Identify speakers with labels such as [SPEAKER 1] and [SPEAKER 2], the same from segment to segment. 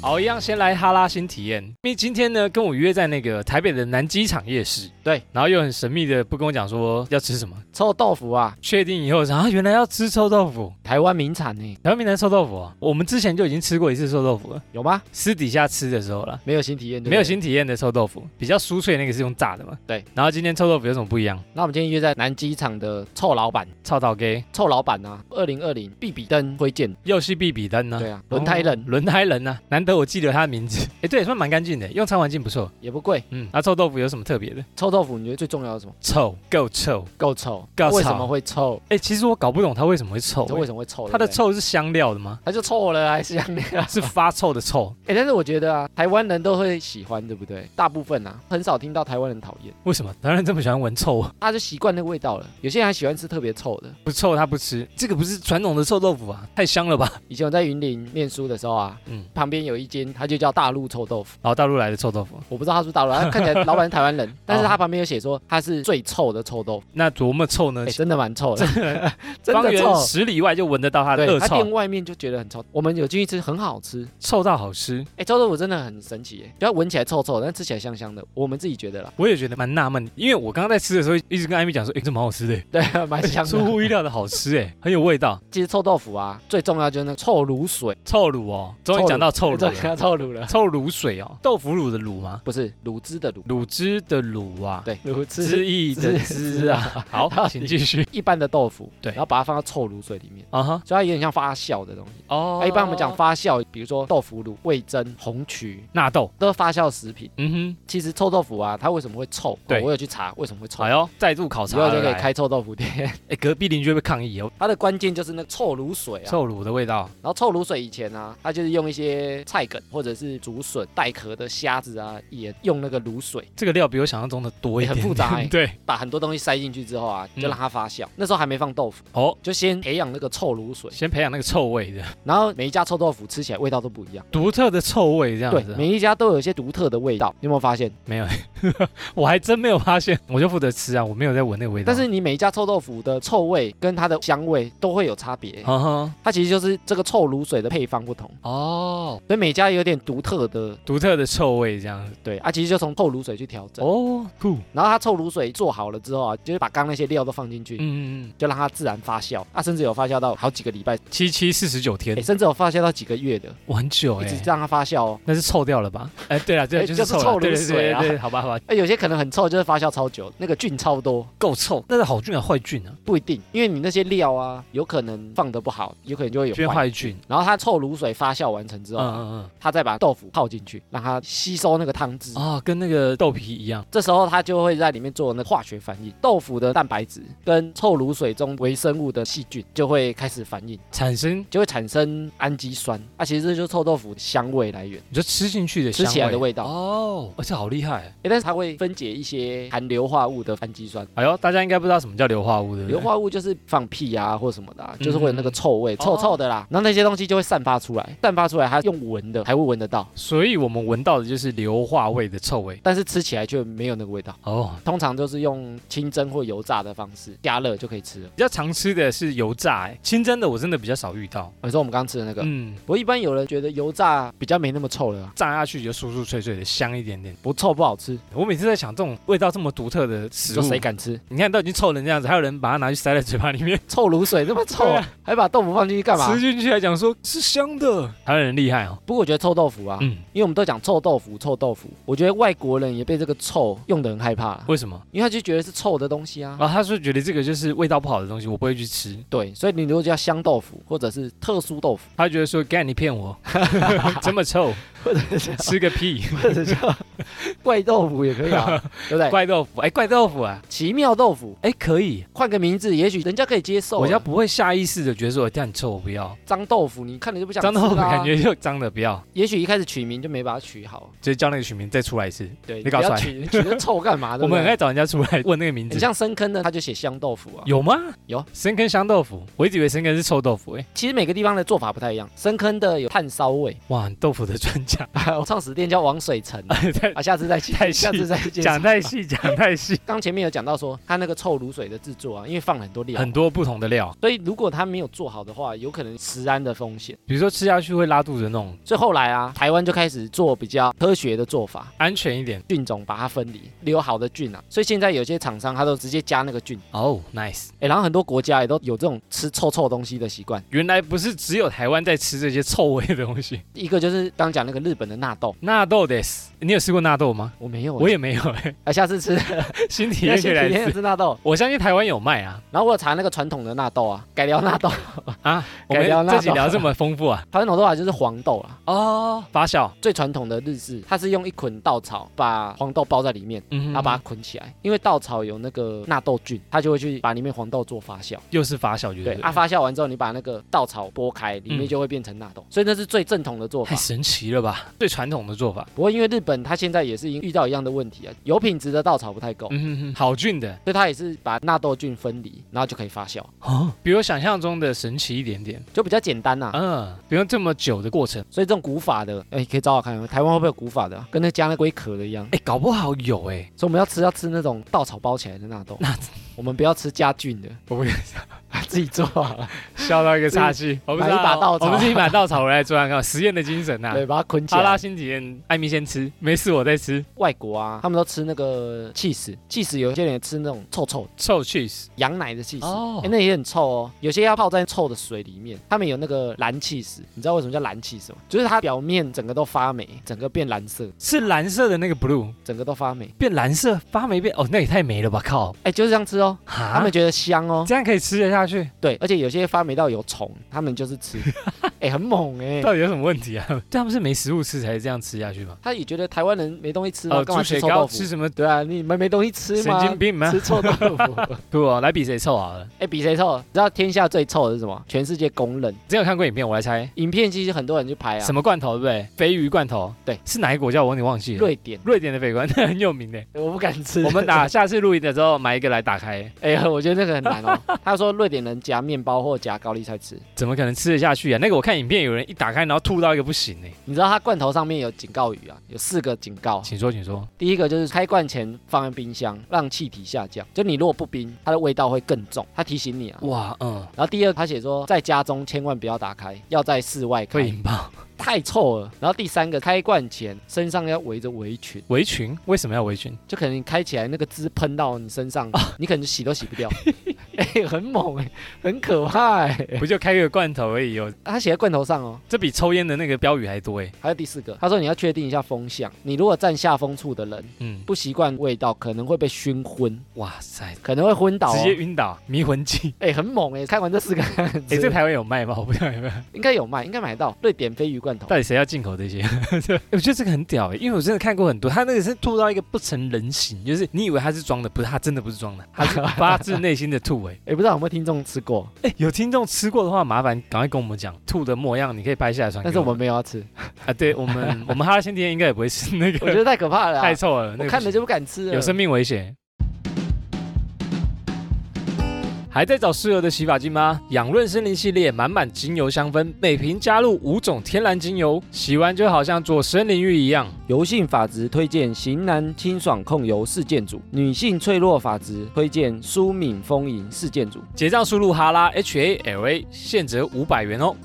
[SPEAKER 1] 好，一样先来哈拉新体验。因为今天呢，跟我约在那个台北的南机场夜市，
[SPEAKER 2] 对，
[SPEAKER 1] 然后又很神秘的不跟我讲说要吃什么，
[SPEAKER 2] 臭豆腐啊，
[SPEAKER 1] 确定以后啊，原来要吃臭豆腐，
[SPEAKER 2] 台湾名产呢，
[SPEAKER 1] 台湾闽南臭豆腐啊，我们之前就已经吃过一次臭豆腐了，
[SPEAKER 2] 有吗？
[SPEAKER 1] 私底下吃的时候了。
[SPEAKER 2] 没有新体验，对不对
[SPEAKER 1] 没有。新体验的臭豆腐，比较酥脆那个是用炸的嘛？
[SPEAKER 2] 对。
[SPEAKER 1] 然后今天臭豆腐有什么不一样？
[SPEAKER 2] 那我们今天约在南机场的臭老板，
[SPEAKER 1] 臭豆给
[SPEAKER 2] 臭老板啊，二零二零必比登推荐，
[SPEAKER 1] 又是必比登呢？
[SPEAKER 2] 对啊，轮胎
[SPEAKER 1] 哦
[SPEAKER 2] 人
[SPEAKER 1] 轮胎人呢、难得我记得他的名 字。哎，对，算蛮干净的，用餐环境不错。
[SPEAKER 2] 也不贵。
[SPEAKER 1] 嗯，那臭豆腐有什么特别的？
[SPEAKER 2] 臭豆腐你觉得最重要的是什么？
[SPEAKER 1] 臭，够臭。
[SPEAKER 2] 够臭。
[SPEAKER 1] 够臭
[SPEAKER 2] 为什么会臭？
[SPEAKER 1] 哎，其实我搞不懂它为什么会臭、哎
[SPEAKER 2] 这为什么会臭？
[SPEAKER 1] 它的
[SPEAKER 2] 对不对，啊
[SPEAKER 1] 臭是香料的吗？
[SPEAKER 2] 它就臭了，还是这样 的。
[SPEAKER 1] 是发臭的臭？
[SPEAKER 2] 哎，但是我觉得啊，台湾人都会喜欢，对不对？大部分啊，很少听到台湾人讨厌，
[SPEAKER 1] 为什么台湾人这么喜欢闻臭啊？
[SPEAKER 2] 他就习惯那个味道了。有些人还喜欢吃特别臭的。
[SPEAKER 1] 不臭他不吃，这个不是传统的臭豆腐啊，太香了吧？
[SPEAKER 2] 以前我在云林念书的时候啊，
[SPEAKER 1] 嗯，
[SPEAKER 2] 旁边有一间，它就叫大陆臭豆腐。
[SPEAKER 1] 然后大陆来的臭豆腐，
[SPEAKER 2] 我不知道他是不是大陆人，他看起来老板是台 湾人，但是他旁边有写说他是最臭的臭豆腐，
[SPEAKER 1] 那多么臭呢
[SPEAKER 2] 哎、？真的蛮臭 的， 真
[SPEAKER 1] 方
[SPEAKER 2] 的
[SPEAKER 1] 圆
[SPEAKER 2] 臭。
[SPEAKER 1] 十里外就闻得到它的
[SPEAKER 2] 对，
[SPEAKER 1] 恶
[SPEAKER 2] 他店
[SPEAKER 1] 臭，
[SPEAKER 2] 外面就觉得很臭，我们有进去吃，很好吃。
[SPEAKER 1] 臭到好吃。
[SPEAKER 2] 哎、臭豆腐真的很神奇耶，就它闻起来臭臭，但吃起来香香的。我们自己觉得啦，
[SPEAKER 1] 我也觉得蛮纳闷，因为我刚刚在吃的时候一直跟艾米讲说，哎诶，这蛮好吃的，
[SPEAKER 2] 对，蛮
[SPEAKER 1] 而且
[SPEAKER 2] 香
[SPEAKER 1] 出
[SPEAKER 2] 的。
[SPEAKER 1] 乎意料的好吃，诶，很有味道。
[SPEAKER 2] 其实臭豆腐啊，最重要就是那个臭卤水，
[SPEAKER 1] 臭乳哦，终于讲 到臭乳
[SPEAKER 2] 对，
[SPEAKER 1] 了，
[SPEAKER 2] 要臭哎卤了，
[SPEAKER 1] 臭乳水哦，豆腐乳的乳吗？
[SPEAKER 2] 不是卤汁的卤，
[SPEAKER 1] 乳汁的乳啊，
[SPEAKER 2] 对，卤汁。
[SPEAKER 1] 嗯汁意的汁啊。好，请继 续
[SPEAKER 2] 一般的豆腐，
[SPEAKER 1] 对
[SPEAKER 2] 然后把它放到臭卤水里面，
[SPEAKER 1] 啊哈
[SPEAKER 2] 所以它有点像发酵的东西。
[SPEAKER 1] 哦
[SPEAKER 2] 那、一般哎我们讲发酵，比如说豆腐乳、味增、红曲，
[SPEAKER 1] 纳豆，
[SPEAKER 2] 都是发酵食品。
[SPEAKER 1] 嗯
[SPEAKER 2] 其实臭豆腐啊，它为什么会臭？
[SPEAKER 1] 对哎
[SPEAKER 2] 哦我有去查为什么会
[SPEAKER 1] 哼，
[SPEAKER 2] 臭
[SPEAKER 1] 好。哟，哦再度考
[SPEAKER 2] 以
[SPEAKER 1] 察
[SPEAKER 2] 后
[SPEAKER 1] 而
[SPEAKER 2] 就可以
[SPEAKER 1] 来。
[SPEAKER 2] 开臭豆腐店，
[SPEAKER 1] 哎，隔壁邻居会不会抗议哦，
[SPEAKER 2] 它的关键就是那个臭卤水啊。
[SPEAKER 1] 臭乳的味道，
[SPEAKER 2] 然后臭卤水以前啊，它就是用一些菜梗或者是竹笋带壳的虾子啊，也用那个卤水
[SPEAKER 1] 这个料比我想象中的多一
[SPEAKER 2] 也
[SPEAKER 1] 点，
[SPEAKER 2] 很 复杂欸
[SPEAKER 1] 对，
[SPEAKER 2] 把很多东西塞进去之后啊，
[SPEAKER 1] 嗯
[SPEAKER 2] 就让它发酵。那时候还没放豆腐，
[SPEAKER 1] 哦，
[SPEAKER 2] 就先培养那个臭卤水。
[SPEAKER 1] 先培养那个臭味的，
[SPEAKER 2] 然后每一家臭豆腐吃起来味道都不一样，
[SPEAKER 1] 独特的臭味这样
[SPEAKER 2] 对，
[SPEAKER 1] 子。啊
[SPEAKER 2] 每一家都有一些独特的味道，你有没有发现？
[SPEAKER 1] 没有，我还真没有发现， 我就负责吃啊，我没有在闻那个味道。
[SPEAKER 2] 但是你每一家臭豆腐的臭味跟它的香味都会有差别，
[SPEAKER 1] 嗯哼，
[SPEAKER 2] 它其实就是这个臭卤水的配方不同。
[SPEAKER 1] 哦，
[SPEAKER 2] 所以每家有点独特的，
[SPEAKER 1] 独特的臭味这样子。
[SPEAKER 2] 对啊，其实就从臭卤水去调整。
[SPEAKER 1] 哦，酷，
[SPEAKER 2] 然后它臭卤水做好了之后啊，就是把刚刚那些料都放进去，
[SPEAKER 1] 嗯嗯嗯，
[SPEAKER 2] 就让它自然发酵。啊，甚至有发酵到好几个礼拜，
[SPEAKER 1] 七七四十九天
[SPEAKER 2] 诶，甚至有发酵到几个月的，
[SPEAKER 1] 我很久
[SPEAKER 2] 哎
[SPEAKER 1] 哎、
[SPEAKER 2] 一直让它发酵哦。
[SPEAKER 1] 那是臭掉了吧？哎，对了，对了，
[SPEAKER 2] 哎
[SPEAKER 1] 就
[SPEAKER 2] 就是是
[SPEAKER 1] 臭
[SPEAKER 2] 臭
[SPEAKER 1] 了，
[SPEAKER 2] 卤
[SPEAKER 1] 对对
[SPEAKER 2] 水
[SPEAKER 1] 对
[SPEAKER 2] 啊
[SPEAKER 1] 对，好吧好吧，
[SPEAKER 2] 哎，有些可能很臭，就是发酵超久，那个菌超多，
[SPEAKER 1] 够臭，那是好菌还是坏菌啊？
[SPEAKER 2] 不一定，因为你那些料啊，有可能放的不好，有可能就会
[SPEAKER 1] 变
[SPEAKER 2] 有坏。
[SPEAKER 1] 坏菌，
[SPEAKER 2] 然后它臭卤水发酵完成之
[SPEAKER 1] 嗯
[SPEAKER 2] 后啊，
[SPEAKER 1] 嗯
[SPEAKER 2] 它再把豆腐泡进去，让它吸收那个汤汁
[SPEAKER 1] 嗯，。啊，跟那个豆皮一样，
[SPEAKER 2] 这时候它就会在里面做那化学反应，豆腐的蛋白质跟臭卤水中微生物的细菌就会开始反应，
[SPEAKER 1] 产生
[SPEAKER 2] 就会产生氨基酸。啊，其实这就是臭豆腐香味来源。
[SPEAKER 1] 你就吃进去的
[SPEAKER 2] 吃起来
[SPEAKER 1] 香
[SPEAKER 2] 的味道
[SPEAKER 1] 哦，而且好厉害。
[SPEAKER 2] 诶但是它会分解一些含硫化物的氨基酸，
[SPEAKER 1] 哎呦，大家应该不知道什么叫硫化物，对不对？
[SPEAKER 2] 硫化物就是放屁啊或什么的、啊，就是会有那个臭味，
[SPEAKER 1] 嗯
[SPEAKER 2] 臭臭的啦。然后那些东西就会散发出来，散发出来它用闻的还会闻得到，
[SPEAKER 1] 所以我们闻到的就是硫化味的臭味。
[SPEAKER 2] 但是吃起来却没有那个味道。
[SPEAKER 1] 哦，
[SPEAKER 2] 通常就是用清蒸或油炸的方式加热就可以吃了。
[SPEAKER 1] 比较常吃的是油炸、哎，清蒸的我真的比较少遇到。
[SPEAKER 2] 你说我们刚刚吃的那个，
[SPEAKER 1] 嗯，
[SPEAKER 2] 不过一般有人觉得油炸比较没那么臭了啊、
[SPEAKER 1] 炸下去就酥酥脆脆的，香一点点。
[SPEAKER 2] 不臭不好吃，
[SPEAKER 1] 我每次在想，这种味道这么独特的食
[SPEAKER 2] 就
[SPEAKER 1] 物，
[SPEAKER 2] 谁敢吃？
[SPEAKER 1] 你看都已经臭成这样子，还有人把它拿去塞在嘴巴里面，
[SPEAKER 2] 臭卤水那么臭，啊
[SPEAKER 1] 对
[SPEAKER 2] 还把豆腐放进去干嘛
[SPEAKER 1] 吃？进去还讲说是香的，台湾人厉害哦。
[SPEAKER 2] 不过我觉得臭豆腐啊，
[SPEAKER 1] 嗯，
[SPEAKER 2] 因为我们都讲臭豆腐，臭豆腐，我觉得外国人也被这个臭用得很害怕，啊
[SPEAKER 1] 为什么？
[SPEAKER 2] 因为他就觉得是臭的东西啊。
[SPEAKER 1] 啊，他说觉得这个就是味道不好的东西，我不会去吃。
[SPEAKER 2] 对，所以你如果叫香豆腐或者是特殊豆 腐，
[SPEAKER 1] 他觉得说，干你骗我， 这么臭，吃个 屁，
[SPEAKER 2] 或者叫怪豆腐也可以 啊，对不对？
[SPEAKER 1] 怪豆腐，哎，怪豆腐啊，
[SPEAKER 2] 奇妙豆腐，
[SPEAKER 1] 哎，可以，
[SPEAKER 2] 换个名字，也许人家可以接受啊。
[SPEAKER 1] 我家不会下意识的觉得说，哦这很臭，我不要。
[SPEAKER 2] 脏豆腐，你看你就不想吃啊
[SPEAKER 1] 脏
[SPEAKER 2] 啦
[SPEAKER 1] 豆腐感觉就脏的不要，
[SPEAKER 2] 也许一开始取名就没把它取好，
[SPEAKER 1] 就叫那个取名再出来一次。
[SPEAKER 2] 对，
[SPEAKER 1] 你搞
[SPEAKER 2] 不要
[SPEAKER 1] 出来
[SPEAKER 2] 取取个臭 干嘛？
[SPEAKER 1] 我
[SPEAKER 2] 啊对不
[SPEAKER 1] 们
[SPEAKER 2] 对
[SPEAKER 1] 很爱找人家出来 问那个名
[SPEAKER 2] 很
[SPEAKER 1] 字，
[SPEAKER 2] 像深坑的，他就写香豆腐啊。
[SPEAKER 1] 有吗？
[SPEAKER 2] 有
[SPEAKER 1] 生坑香豆腐，我一直以为生坑是臭豆腐，哎，
[SPEAKER 2] 其实每个地方的做法不太一样，深坑 的有炭烧味，
[SPEAKER 1] 哇，豆腐的专家，
[SPEAKER 2] 我创始店叫王水城啊，下次再见。
[SPEAKER 1] 太像。
[SPEAKER 2] 下次再介绍
[SPEAKER 1] 讲。太细，讲太 细，
[SPEAKER 2] 刚前面有讲到说，它那个臭卤水的制作啊，因为放了很多料，
[SPEAKER 1] 很多不同的料，
[SPEAKER 2] 所以如果它没有做好的话，有可能食安的风险。
[SPEAKER 1] 比如说吃下去会拉肚子的那种，
[SPEAKER 2] 所以后来啊，台湾就开始做比较科学的做法，
[SPEAKER 1] 安全一点。
[SPEAKER 2] 菌种把它分离，留好的菌啊。所以现在有些厂商它都直接加那个菌，
[SPEAKER 1] 哦，nice。
[SPEAKER 2] 诶，然后很多国家也都有这种吃臭臭东西的习惯。
[SPEAKER 1] 原来不是只有台湾在吃这些臭味的东西。
[SPEAKER 2] 一个就是刚讲那个日本的纳豆，
[SPEAKER 1] 纳豆 this，你有吃过纳豆吗？
[SPEAKER 2] 我没有欸，
[SPEAKER 1] 我也没有、欸，
[SPEAKER 2] 啊，下次吃，
[SPEAKER 1] 新体
[SPEAKER 2] 你要
[SPEAKER 1] 验可
[SPEAKER 2] 先
[SPEAKER 1] 以来
[SPEAKER 2] 体验
[SPEAKER 1] 吃。
[SPEAKER 2] 吃纳豆。
[SPEAKER 1] 我相信台湾有卖啊
[SPEAKER 2] 然后我有查那个传统的纳豆 啊，改良纳豆，
[SPEAKER 1] 啊！我
[SPEAKER 2] 改聊
[SPEAKER 1] 们
[SPEAKER 2] 纳
[SPEAKER 1] 这集
[SPEAKER 2] 豆
[SPEAKER 1] 聊 这么丰富啊！
[SPEAKER 2] 传统做法就是黄豆啊，
[SPEAKER 1] 哦，发酵，
[SPEAKER 2] 最传统的日式，它是用一捆稻草把黄豆包在里面，
[SPEAKER 1] 嗯哼，
[SPEAKER 2] 然后把它捆起来，因为稻草有那个纳豆菌，它就会去把里面黄豆做发酵。
[SPEAKER 1] 又是发酵，就
[SPEAKER 2] 对
[SPEAKER 1] 是，
[SPEAKER 2] 啊，发酵完之后，你把那个稻草剥开，里面
[SPEAKER 1] 嗯
[SPEAKER 2] 就会变成纳豆，所以那是最正统的做法
[SPEAKER 1] 太。神奇了吧？最传统的做法，
[SPEAKER 2] 不过因为日本它现在也是遇到一样的问题啊，有品质的稻草不太够，
[SPEAKER 1] 嗯哼哼，好菌的
[SPEAKER 2] 所以它也是把纳豆菌分离，然后就可以发酵，
[SPEAKER 1] 哦，比我想象中的神奇一点点，
[SPEAKER 2] 就比较简单啊
[SPEAKER 1] 嗯，
[SPEAKER 2] 呐、
[SPEAKER 1] 不用这么久的过程。
[SPEAKER 2] 所以这种古法的，哎，可以找找看，台湾会不会有古法的啊，跟那加那龟壳的一样？
[SPEAKER 1] 哎，搞不好有哎，
[SPEAKER 2] 所以我们要吃要吃那种稻草包起来的纳豆， 我们不要吃加菌的，
[SPEAKER 1] 我不
[SPEAKER 2] 自己做好了，
[SPEAKER 1] 笑到一个岔气， 我不知道
[SPEAKER 2] 买一把稻草
[SPEAKER 1] 我们自己把稻草回来做看看，实验的精神啊呐。
[SPEAKER 2] 对，把它 捆起
[SPEAKER 1] 阿拉
[SPEAKER 2] 来。
[SPEAKER 1] 新体验，艾米先吃，没事我再吃。
[SPEAKER 2] 外国啊，他们都吃那个 cheese，cheese 有些人也吃那种臭臭的
[SPEAKER 1] 臭 cheese
[SPEAKER 2] 羊奶的 cheese，
[SPEAKER 1] 哦
[SPEAKER 2] 欸，那也很臭哦。有些要泡在臭的水里面，他们有那个蓝气死，你知道为什么叫蓝气死吗？就是它表面整个都发霉，整个变蓝色，
[SPEAKER 1] 是蓝色的那个 blue
[SPEAKER 2] 整个都发霉。
[SPEAKER 1] 变蓝色，发霉变哦，那也太霉了吧靠！
[SPEAKER 2] 哎、就是这样吃哦，他
[SPEAKER 1] 哈
[SPEAKER 2] 们觉得香哦。
[SPEAKER 1] 这样可以吃得下去，
[SPEAKER 2] 对，而且有些发霉到有虫，他们就是 吃，哎、很猛哎、
[SPEAKER 1] 到底有什么问题 啊？他们是没食物吃才这样吃下去吗？
[SPEAKER 2] 他也觉得台湾人没东西吃嘛，
[SPEAKER 1] 哦，
[SPEAKER 2] 干嘛
[SPEAKER 1] 猪
[SPEAKER 2] 吃
[SPEAKER 1] 血
[SPEAKER 2] 臭豆
[SPEAKER 1] 糕
[SPEAKER 2] 腐
[SPEAKER 1] 吃？什么？
[SPEAKER 2] 对啊，你们没东西吃
[SPEAKER 1] 神
[SPEAKER 2] 吗？
[SPEAKER 1] 经病啊吗？
[SPEAKER 2] 吃臭豆腐，
[SPEAKER 1] 不哦，来比谁臭好了。
[SPEAKER 2] 哎、比谁臭？你知道天下最臭的是什么？全世界公认。
[SPEAKER 1] 真有看过影片，我来猜，
[SPEAKER 2] 影片其实很多人去拍啊
[SPEAKER 1] 什，么罐头对不对？鲱鱼罐头，
[SPEAKER 2] 对，
[SPEAKER 1] 是哪一个国家？我有点忘记了。
[SPEAKER 2] 瑞典，
[SPEAKER 1] 瑞典的鲱鱼罐， 那很有名的。
[SPEAKER 2] 我不敢吃。
[SPEAKER 1] 我们打下次录影的时候买一个来打开，
[SPEAKER 2] 哎呀，我觉得那个很难哦。他说瑞典人夹面包或夹高丽菜吃，
[SPEAKER 1] 怎么可能吃得下去啊？那个我看影片，有人一打开然后吐到一个不行欸呢。
[SPEAKER 2] 你知道它罐头上面有警告语啊，有四个警告。
[SPEAKER 1] 请说，请说。
[SPEAKER 2] 第一个就是开罐前放在冰箱，让气体下降。就你如果不冰，它的味道会更重，它提醒你啊。
[SPEAKER 1] 哇，嗯，
[SPEAKER 2] 然后第二，他写说在家中千万不要打开，要在室外
[SPEAKER 1] 会
[SPEAKER 2] 开，
[SPEAKER 1] 引爆
[SPEAKER 2] 太臭了。然后第三个，开罐前身上要围着围裙，
[SPEAKER 1] 围裙，为什么要围裙？
[SPEAKER 2] 就可能你开起来那个汁喷到你身上，
[SPEAKER 1] 啊
[SPEAKER 2] 你可能洗都洗不 掉。哎、很猛哎、很可怕哎、
[SPEAKER 1] 不就开个罐头而已哦，
[SPEAKER 2] 他写在罐头上哦。
[SPEAKER 1] 这比抽烟的那个标语还多哎。
[SPEAKER 2] 还有第四个，他说你要确定一下风向，你如果站下风处的人
[SPEAKER 1] 嗯，
[SPEAKER 2] 不习惯味道，可能会被熏昏，
[SPEAKER 1] 哇塞，
[SPEAKER 2] 可能会昏倒、哦。
[SPEAKER 1] 直接晕倒，迷魂剂。
[SPEAKER 2] 哎、很猛哎、看完这四个，哎、
[SPEAKER 1] 哎，这台湾有卖吗？我不知道有没有。
[SPEAKER 2] 应该有卖，应该买得到瑞典鲱鱼 罐头。
[SPEAKER 1] 到底谁要进口这些？这我觉得这个很屌哎，因为我真的看过很多，他那个是吐到一个不成人形，就是你以为他是装的，不是，他真的不是装的，他 是发自内心的吐哎。
[SPEAKER 2] 哎、不知道有没有听众吃过，
[SPEAKER 1] 哎，有听众吃过的话，麻烦赶快跟我们讲吐的模样，你可以拍下来传给。
[SPEAKER 2] 但是我们没有要吃，
[SPEAKER 1] 啊，对我们我们哈拉先天应该也不会吃 那
[SPEAKER 2] 我觉
[SPEAKER 1] 个，
[SPEAKER 2] 得太可怕了啊、
[SPEAKER 1] 太臭了，那
[SPEAKER 2] 我
[SPEAKER 1] 个
[SPEAKER 2] 看
[SPEAKER 1] 不行
[SPEAKER 2] 了就不敢吃了。
[SPEAKER 1] 有生命危险。还在找适合的洗发精吗？养润森林系列满满精油香氛，每瓶加入五种天然精油，洗完就好像做森林浴一样。
[SPEAKER 2] 油性发质推荐型男清爽控油事件组，女性脆弱发质推荐舒敏丰盈事件组。
[SPEAKER 1] 结账输入哈拉 H A L A，现折五百元哦。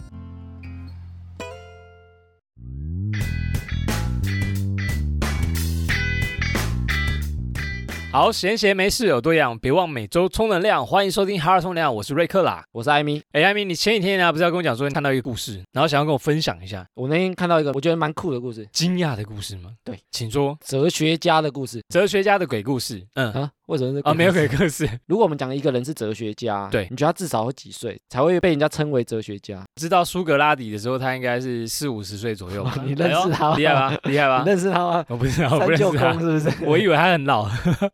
[SPEAKER 1] 好，闲闲没事有多样，别忘每周充能量。欢迎收听《哈拉充能量》，我是瑞克啦。
[SPEAKER 2] 我是艾米，
[SPEAKER 1] 哎，艾米，你前几天呢、不是要跟我讲说你看到一个故事，然后想要跟我分享一下
[SPEAKER 2] 我那天看到一个我觉得蛮酷的故事，
[SPEAKER 1] 惊讶的故事吗？
[SPEAKER 2] 对，
[SPEAKER 1] 请说
[SPEAKER 2] 哲学家的故事
[SPEAKER 1] 哲学家的鬼故事。嗯，啊、
[SPEAKER 2] 啊？为什么是
[SPEAKER 1] 没有
[SPEAKER 2] 鬼故事
[SPEAKER 1] 鬼故事，
[SPEAKER 2] 如果我们讲一个人是哲学家，
[SPEAKER 1] 对
[SPEAKER 2] 你觉得他至少会几岁才会被人家称为哲学家？。
[SPEAKER 1] 知道苏格拉底的时候，他应该是四五十岁左右吧
[SPEAKER 2] 哦你认识
[SPEAKER 1] 哎
[SPEAKER 2] 他吗
[SPEAKER 1] 呦厉害吧？厉害吧
[SPEAKER 2] 你？认识他吗？
[SPEAKER 1] 我不知 道，我不
[SPEAKER 2] 三
[SPEAKER 1] 认
[SPEAKER 2] 舅
[SPEAKER 1] 识啊他，
[SPEAKER 2] 公是不是？ 哦
[SPEAKER 1] 我以为他很老，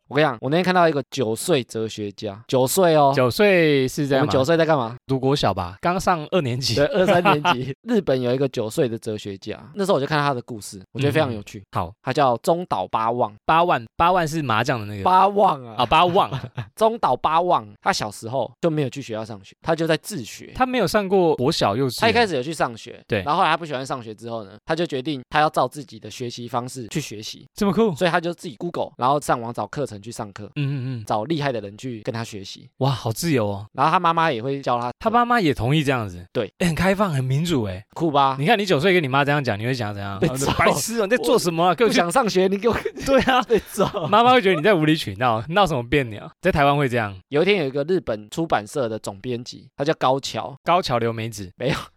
[SPEAKER 2] 我跟你讲，我那天看到一个九岁哲学家，九岁哦，
[SPEAKER 1] 九岁是这
[SPEAKER 2] 我
[SPEAKER 1] 样吗？
[SPEAKER 2] 们九岁在干嘛？
[SPEAKER 1] 读国小吧，刚上二年级
[SPEAKER 2] 对，。二三年级。 日本有一个九岁的哲学家，那时候我就看他的故事，我觉得非常有趣。
[SPEAKER 1] 嗯好，
[SPEAKER 2] 他叫中岛八望，
[SPEAKER 1] 八万，八万是麻将的那个。
[SPEAKER 2] 八望啊，
[SPEAKER 1] 啊，巴旺，
[SPEAKER 2] 中岛八望，他小时候就没有去学校上学，他就在自学。
[SPEAKER 1] 他没有上过国小幼稚，
[SPEAKER 2] 他一开始有去上学，
[SPEAKER 1] 对
[SPEAKER 2] 然后后来他不喜欢上学之后呢，他就决定他要照自己的学习方式去学习，
[SPEAKER 1] 这么酷，
[SPEAKER 2] 所以他就自己 Google，然后上网找课程去上课，
[SPEAKER 1] 嗯嗯嗯，
[SPEAKER 2] 找厉害的人去跟他学习。
[SPEAKER 1] 哇，好自由哦。
[SPEAKER 2] 然后他妈妈也会教他，
[SPEAKER 1] 他妈妈也同意这样子，
[SPEAKER 2] 对
[SPEAKER 1] 欸很开放，很民主，哎，
[SPEAKER 2] 酷吧？
[SPEAKER 1] 你看你九岁跟你妈这样讲，你会想怎样？
[SPEAKER 2] 啊被
[SPEAKER 1] 啊
[SPEAKER 2] 揍
[SPEAKER 1] 白痴哦，你在做什么啊？给我
[SPEAKER 2] 不
[SPEAKER 1] 去
[SPEAKER 2] 想上学，你给我
[SPEAKER 1] 对 啊，
[SPEAKER 2] 被揍。
[SPEAKER 1] 妈妈会觉得你在无理取闹，闹什么别扭？在台湾会这样，
[SPEAKER 2] 有一天有一个日本出版社的总编辑，他叫高桥，
[SPEAKER 1] 高桥留美子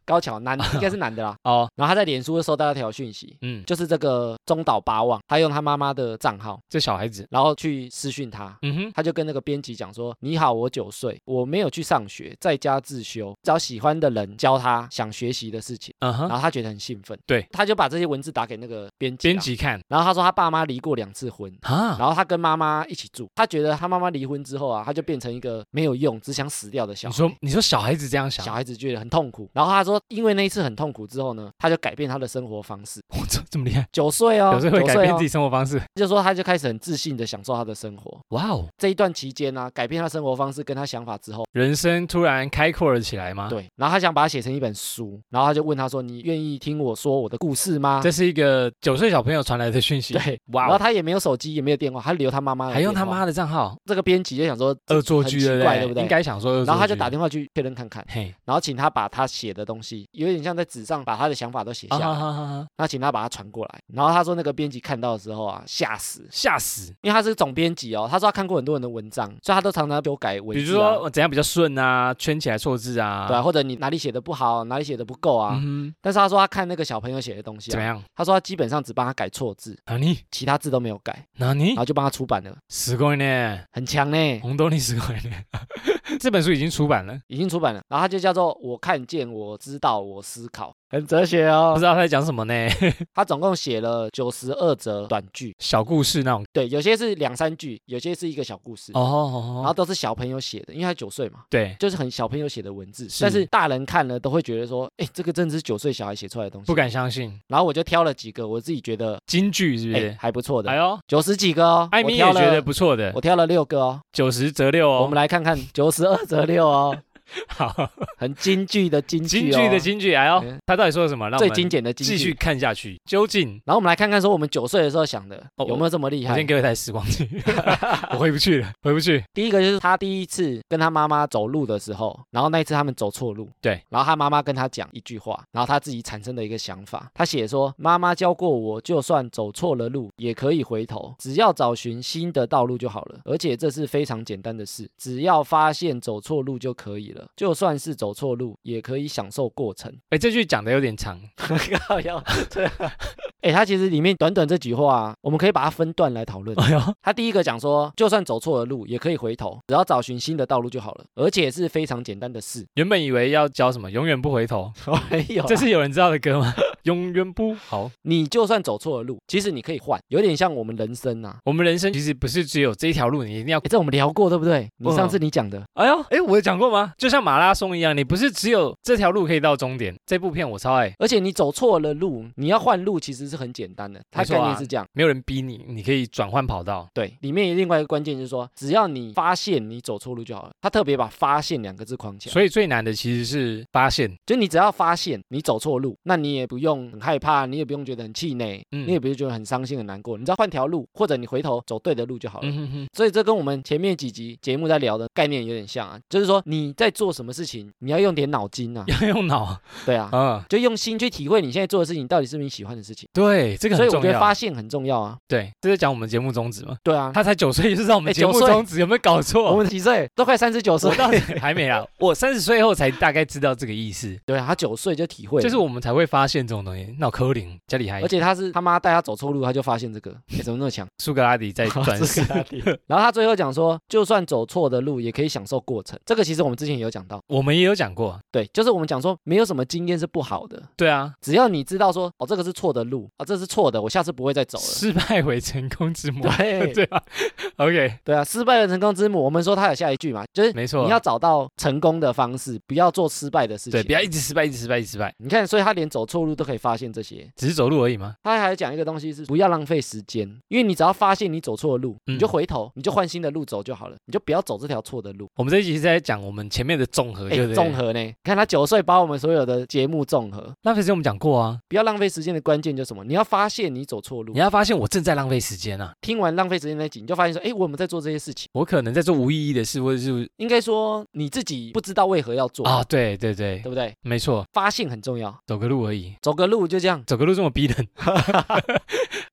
[SPEAKER 2] 高桥男应该是男的啦。
[SPEAKER 1] 哦，
[SPEAKER 2] 然后他在脸书就收到一条讯息，
[SPEAKER 1] 嗯，
[SPEAKER 2] 就是这个中岛八望，他用他妈妈的账号，
[SPEAKER 1] 这小孩子，
[SPEAKER 2] 然后去私讯他，
[SPEAKER 1] 嗯哼，
[SPEAKER 2] 他就跟那个编辑讲说：“你好，我九岁，我没有去上学，在家自修，找喜欢的人教他想学习的事情。”
[SPEAKER 1] 嗯哼
[SPEAKER 2] 然，后他觉得很兴奋，
[SPEAKER 1] 对，
[SPEAKER 2] 他就把这些文字打给那个编辑啊，
[SPEAKER 1] 编辑看
[SPEAKER 2] 然后他说他爸妈离过两次婚。
[SPEAKER 1] 啊，
[SPEAKER 2] 然后他跟妈妈一起住，他觉得他妈妈离婚之后啊，他就变成一个没有用、只想死掉的小
[SPEAKER 1] 你
[SPEAKER 2] 孩。
[SPEAKER 1] 说你说小孩子这样想
[SPEAKER 2] 小，孩子觉得很痛苦，然后他说，因为那一次很痛苦之后呢，他就改变他的生活方式。
[SPEAKER 1] 我这这么厉害，
[SPEAKER 2] 九岁哦，
[SPEAKER 1] 有时候会改变
[SPEAKER 2] 哦
[SPEAKER 1] 自己生活方式，
[SPEAKER 2] 就说他就开始很自信的享受他的生活。
[SPEAKER 1] 哇哦，
[SPEAKER 2] 这一段期间呢、啊改变他生活方式跟他想法之后，
[SPEAKER 1] 人生突然开阔了起来吗？，
[SPEAKER 2] 对，然后他想把它写成一本书，然后他就问他说：“你愿意听我说我的故事吗
[SPEAKER 1] 这是一个九岁小朋友传来的讯？”息，
[SPEAKER 2] 啊对，然
[SPEAKER 1] 哇
[SPEAKER 2] 后
[SPEAKER 1] 哦，
[SPEAKER 2] 他也没有手机，也没有电话，他留他妈妈的
[SPEAKER 1] 还用他
[SPEAKER 2] 电话
[SPEAKER 1] 妈哎的账号，
[SPEAKER 2] 这个编辑就想说
[SPEAKER 1] 恶作
[SPEAKER 2] 很
[SPEAKER 1] 剧
[SPEAKER 2] 奇
[SPEAKER 1] 对
[SPEAKER 2] 怪对不对
[SPEAKER 1] 应该想说恶作剧，
[SPEAKER 2] 然后他就打电话去确认看看，
[SPEAKER 1] 嘿，
[SPEAKER 2] 然后请他把他写的东西，有点像在纸上把他的想法都写下
[SPEAKER 1] 啊
[SPEAKER 2] 来，
[SPEAKER 1] 哈
[SPEAKER 2] 然
[SPEAKER 1] 哈哈哈，
[SPEAKER 2] 后请他把它传过来。然后他说那个编辑看到的时候啊，吓死，
[SPEAKER 1] 吓死。
[SPEAKER 2] 因为他是总编辑哦，他说他看过很多人的文章，所以他都常常修改文字、啊，
[SPEAKER 1] 比如说怎样比较顺啊，圈起来错字啊，
[SPEAKER 2] 对、啊，或者你哪里写的不好，哪里写的不够啊。
[SPEAKER 1] 嗯哼，
[SPEAKER 2] 但是他说他看那个小朋友写的东西、
[SPEAKER 1] 怎么
[SPEAKER 2] 啊，
[SPEAKER 1] 样？
[SPEAKER 2] 他说他基本上只帮他改错字，
[SPEAKER 1] 哪里
[SPEAKER 2] 其他字都没有改，
[SPEAKER 1] 哪里
[SPEAKER 2] 然后就帮他出版了，
[SPEAKER 1] すごいね。
[SPEAKER 2] 很强呢，
[SPEAKER 1] 红豆你すごいね。 这本书已经出版了，
[SPEAKER 2] 已经出版了。然后他就叫做“我看见，我知道，我思考”，很哲学哦
[SPEAKER 1] 不。知道他在讲什么呢？
[SPEAKER 2] 他总共写了九十二则短剧，
[SPEAKER 1] 小故事那种。
[SPEAKER 2] 对，有些是两三句，有些是一个小故事，
[SPEAKER 1] 哦
[SPEAKER 2] 然
[SPEAKER 1] 哦
[SPEAKER 2] 后
[SPEAKER 1] 哦，
[SPEAKER 2] 都是小朋友写的，因为他九岁嘛。
[SPEAKER 1] 对，
[SPEAKER 2] 就是很小朋友写的文字，
[SPEAKER 1] 是
[SPEAKER 2] 但是大人看了都会觉得说，哎，这个真的是九岁小孩写出来的东西。
[SPEAKER 1] 不敢相信，
[SPEAKER 2] 然后我就挑了几个我自己觉得
[SPEAKER 1] 京剧是不
[SPEAKER 2] 哎
[SPEAKER 1] 是？
[SPEAKER 2] 还不错
[SPEAKER 1] 哎
[SPEAKER 2] 的，
[SPEAKER 1] 呦，
[SPEAKER 2] 九十几个哦。
[SPEAKER 1] 艾
[SPEAKER 2] 我
[SPEAKER 1] 米
[SPEAKER 2] 挑
[SPEAKER 1] 也觉得
[SPEAKER 2] 了，
[SPEAKER 1] 不错的
[SPEAKER 2] 我，挑了六个哦。
[SPEAKER 1] 九十折六哦。
[SPEAKER 2] 我们来看看九十二折六哦，
[SPEAKER 1] 好，
[SPEAKER 2] 很京剧的京剧
[SPEAKER 1] 京
[SPEAKER 2] 哦，
[SPEAKER 1] 剧的京剧，哎呦
[SPEAKER 2] 嗯，
[SPEAKER 1] 他到底说了什么？让我
[SPEAKER 2] 最
[SPEAKER 1] 们
[SPEAKER 2] 经典的京
[SPEAKER 1] 继续
[SPEAKER 2] 剧。
[SPEAKER 1] 看下去，究竟
[SPEAKER 2] 然后我们来看看说我们九岁的时候想的
[SPEAKER 1] 哦
[SPEAKER 2] 有没有这么厉
[SPEAKER 1] 我
[SPEAKER 2] 害
[SPEAKER 1] 先。给我一台时光机， 我回不去了，回不去。
[SPEAKER 2] 第一个就是他第一次跟他妈妈走路的时候，然后那一次他们走错路，
[SPEAKER 1] 对，
[SPEAKER 2] 然后他妈妈跟他讲一句话，然后他自己产生的一个想法，他写说妈妈教过我，就算走错了路也可以回头，只要找寻新的道路就好了，而且这是非常简单的事，只要发现走错路就可以了，就算是走错路也可以享受过程。
[SPEAKER 1] 哎，这句讲的有点长，
[SPEAKER 2] 靠腰，对啊。哎、他其实里面短短这几话、啊，我们可以把它分段来讨论。
[SPEAKER 1] 哎呦，
[SPEAKER 2] 他第一个讲说，就算走错了路，也可以回头，只要找寻新的道路就好了，而且是非常简单的事。
[SPEAKER 1] 原本以为要教什么永远不回头，
[SPEAKER 2] 没有啊
[SPEAKER 1] 这
[SPEAKER 2] 这是
[SPEAKER 1] 是有啊人知道的歌 吗？永远不好。
[SPEAKER 2] 你就算走错了路，其实你可以换，有点像我们人生啊。
[SPEAKER 1] 我们人生其实不是只有这一条路，你一定要
[SPEAKER 2] 哎，。这我们聊过对不对？你
[SPEAKER 1] 嗯
[SPEAKER 2] 上次你讲的，
[SPEAKER 1] 哎呦，哎，我有讲过吗？就像马拉松一样，你不是只有这条路可以到终点。这部片我超爱，
[SPEAKER 2] 而且你走错了路，你要换路其实是很简单的。它
[SPEAKER 1] 没错
[SPEAKER 2] 概
[SPEAKER 1] 啊
[SPEAKER 2] 念是这样，
[SPEAKER 1] 没有人逼你，你可以转换跑道。
[SPEAKER 2] 对。里面另外一个关键就是说，只要你发现你走错路就好了。他特别把“发现”两个字框起来，
[SPEAKER 1] 所以最难的其实是发现，
[SPEAKER 2] 就你只要发现你走错路，那你也不用很害怕，你也不用觉得很气馁，
[SPEAKER 1] 嗯
[SPEAKER 2] 你也不用觉得很伤心、很难过。你只要换条路，或者你回头走对的路就好了。
[SPEAKER 1] 嗯哼哼，
[SPEAKER 2] 所以这跟我们前面几集节目在聊的概念有点像啊，就是说你在做什么事情，你要用点脑 筋啊，
[SPEAKER 1] 要用脑
[SPEAKER 2] 对啊，
[SPEAKER 1] 啊。
[SPEAKER 2] 就用心去体会你现在做的事情到底是不是你喜欢的事情。
[SPEAKER 1] 对，这个
[SPEAKER 2] 所以
[SPEAKER 1] 很
[SPEAKER 2] 我
[SPEAKER 1] 重
[SPEAKER 2] 觉得发
[SPEAKER 1] 要。
[SPEAKER 2] 现很重要啊，
[SPEAKER 1] 对，这是讲我们节目宗旨嘛。
[SPEAKER 2] 对啊，
[SPEAKER 1] 他才九岁就知道我们
[SPEAKER 2] 哎
[SPEAKER 1] 节目
[SPEAKER 2] 九岁
[SPEAKER 1] 宗旨，有没有搞
[SPEAKER 2] 我
[SPEAKER 1] 错？
[SPEAKER 2] 们几岁？都快三十九岁
[SPEAKER 1] 我，到底还没啊，我三十岁后才大概知道这个意思，
[SPEAKER 2] 对啊，他九岁就体会了，
[SPEAKER 1] 就是我们才会发现这种东西。脑科林家里还
[SPEAKER 2] 而且他是他妈带他走错路，他就发现这个，哎怎么那么强？
[SPEAKER 1] 苏格拉底在转
[SPEAKER 2] 哦
[SPEAKER 1] 世，
[SPEAKER 2] 啊然后他最后讲说，就算走错的路，也可以享受过程。这个其实我们之前也有讲到，
[SPEAKER 1] 我们也有讲过。
[SPEAKER 2] 对，就是我们讲说，没有什么经验是不好的，
[SPEAKER 1] 对啊，
[SPEAKER 2] 只要你知道说，哦，这个是错的路，哦，这是错的，我下次不会再走了。
[SPEAKER 1] 失败为成功之母。
[SPEAKER 2] 对
[SPEAKER 1] 对啊，OK，
[SPEAKER 2] 对啊，失败的成功之母，我们说他有下一句嘛，就是
[SPEAKER 1] 没错。
[SPEAKER 2] 你要找到成功的方式，不要做失败的事情。
[SPEAKER 1] 对，不要一直失败，一直失败，一直失败。
[SPEAKER 2] 你看，所以他连走错路都可可以发现这些。
[SPEAKER 1] 只是走路而已吗？
[SPEAKER 2] 他还讲一个东西是不要浪费时间，因为你只要发现你走错了路，
[SPEAKER 1] 嗯
[SPEAKER 2] 你就回头，你就换新的路走就好了，你就不要走这条错的路。
[SPEAKER 1] 我们这一集是在讲我们前面的综合，
[SPEAKER 2] 哎
[SPEAKER 1] 对不，对？
[SPEAKER 2] 综合呢？你看他九岁把我们所有的节目综合，
[SPEAKER 1] 浪费时间我们讲过啊，
[SPEAKER 2] 不要浪费时间的关键就是什么？你要发现你走错路
[SPEAKER 1] 你。要发现我正在浪费时间啊，
[SPEAKER 2] 听完浪费时间那集，你就发现说，哎，我们在做这些事情。
[SPEAKER 1] 我可能在做无意义的事，或者是
[SPEAKER 2] 应该说你自己不知道为何要做
[SPEAKER 1] 啊，，对对对
[SPEAKER 2] 对，不对？
[SPEAKER 1] 没错，
[SPEAKER 2] 发现很重要，
[SPEAKER 1] 走个路而已，
[SPEAKER 2] 走个路就 这样。
[SPEAKER 1] 走个路这么逼人，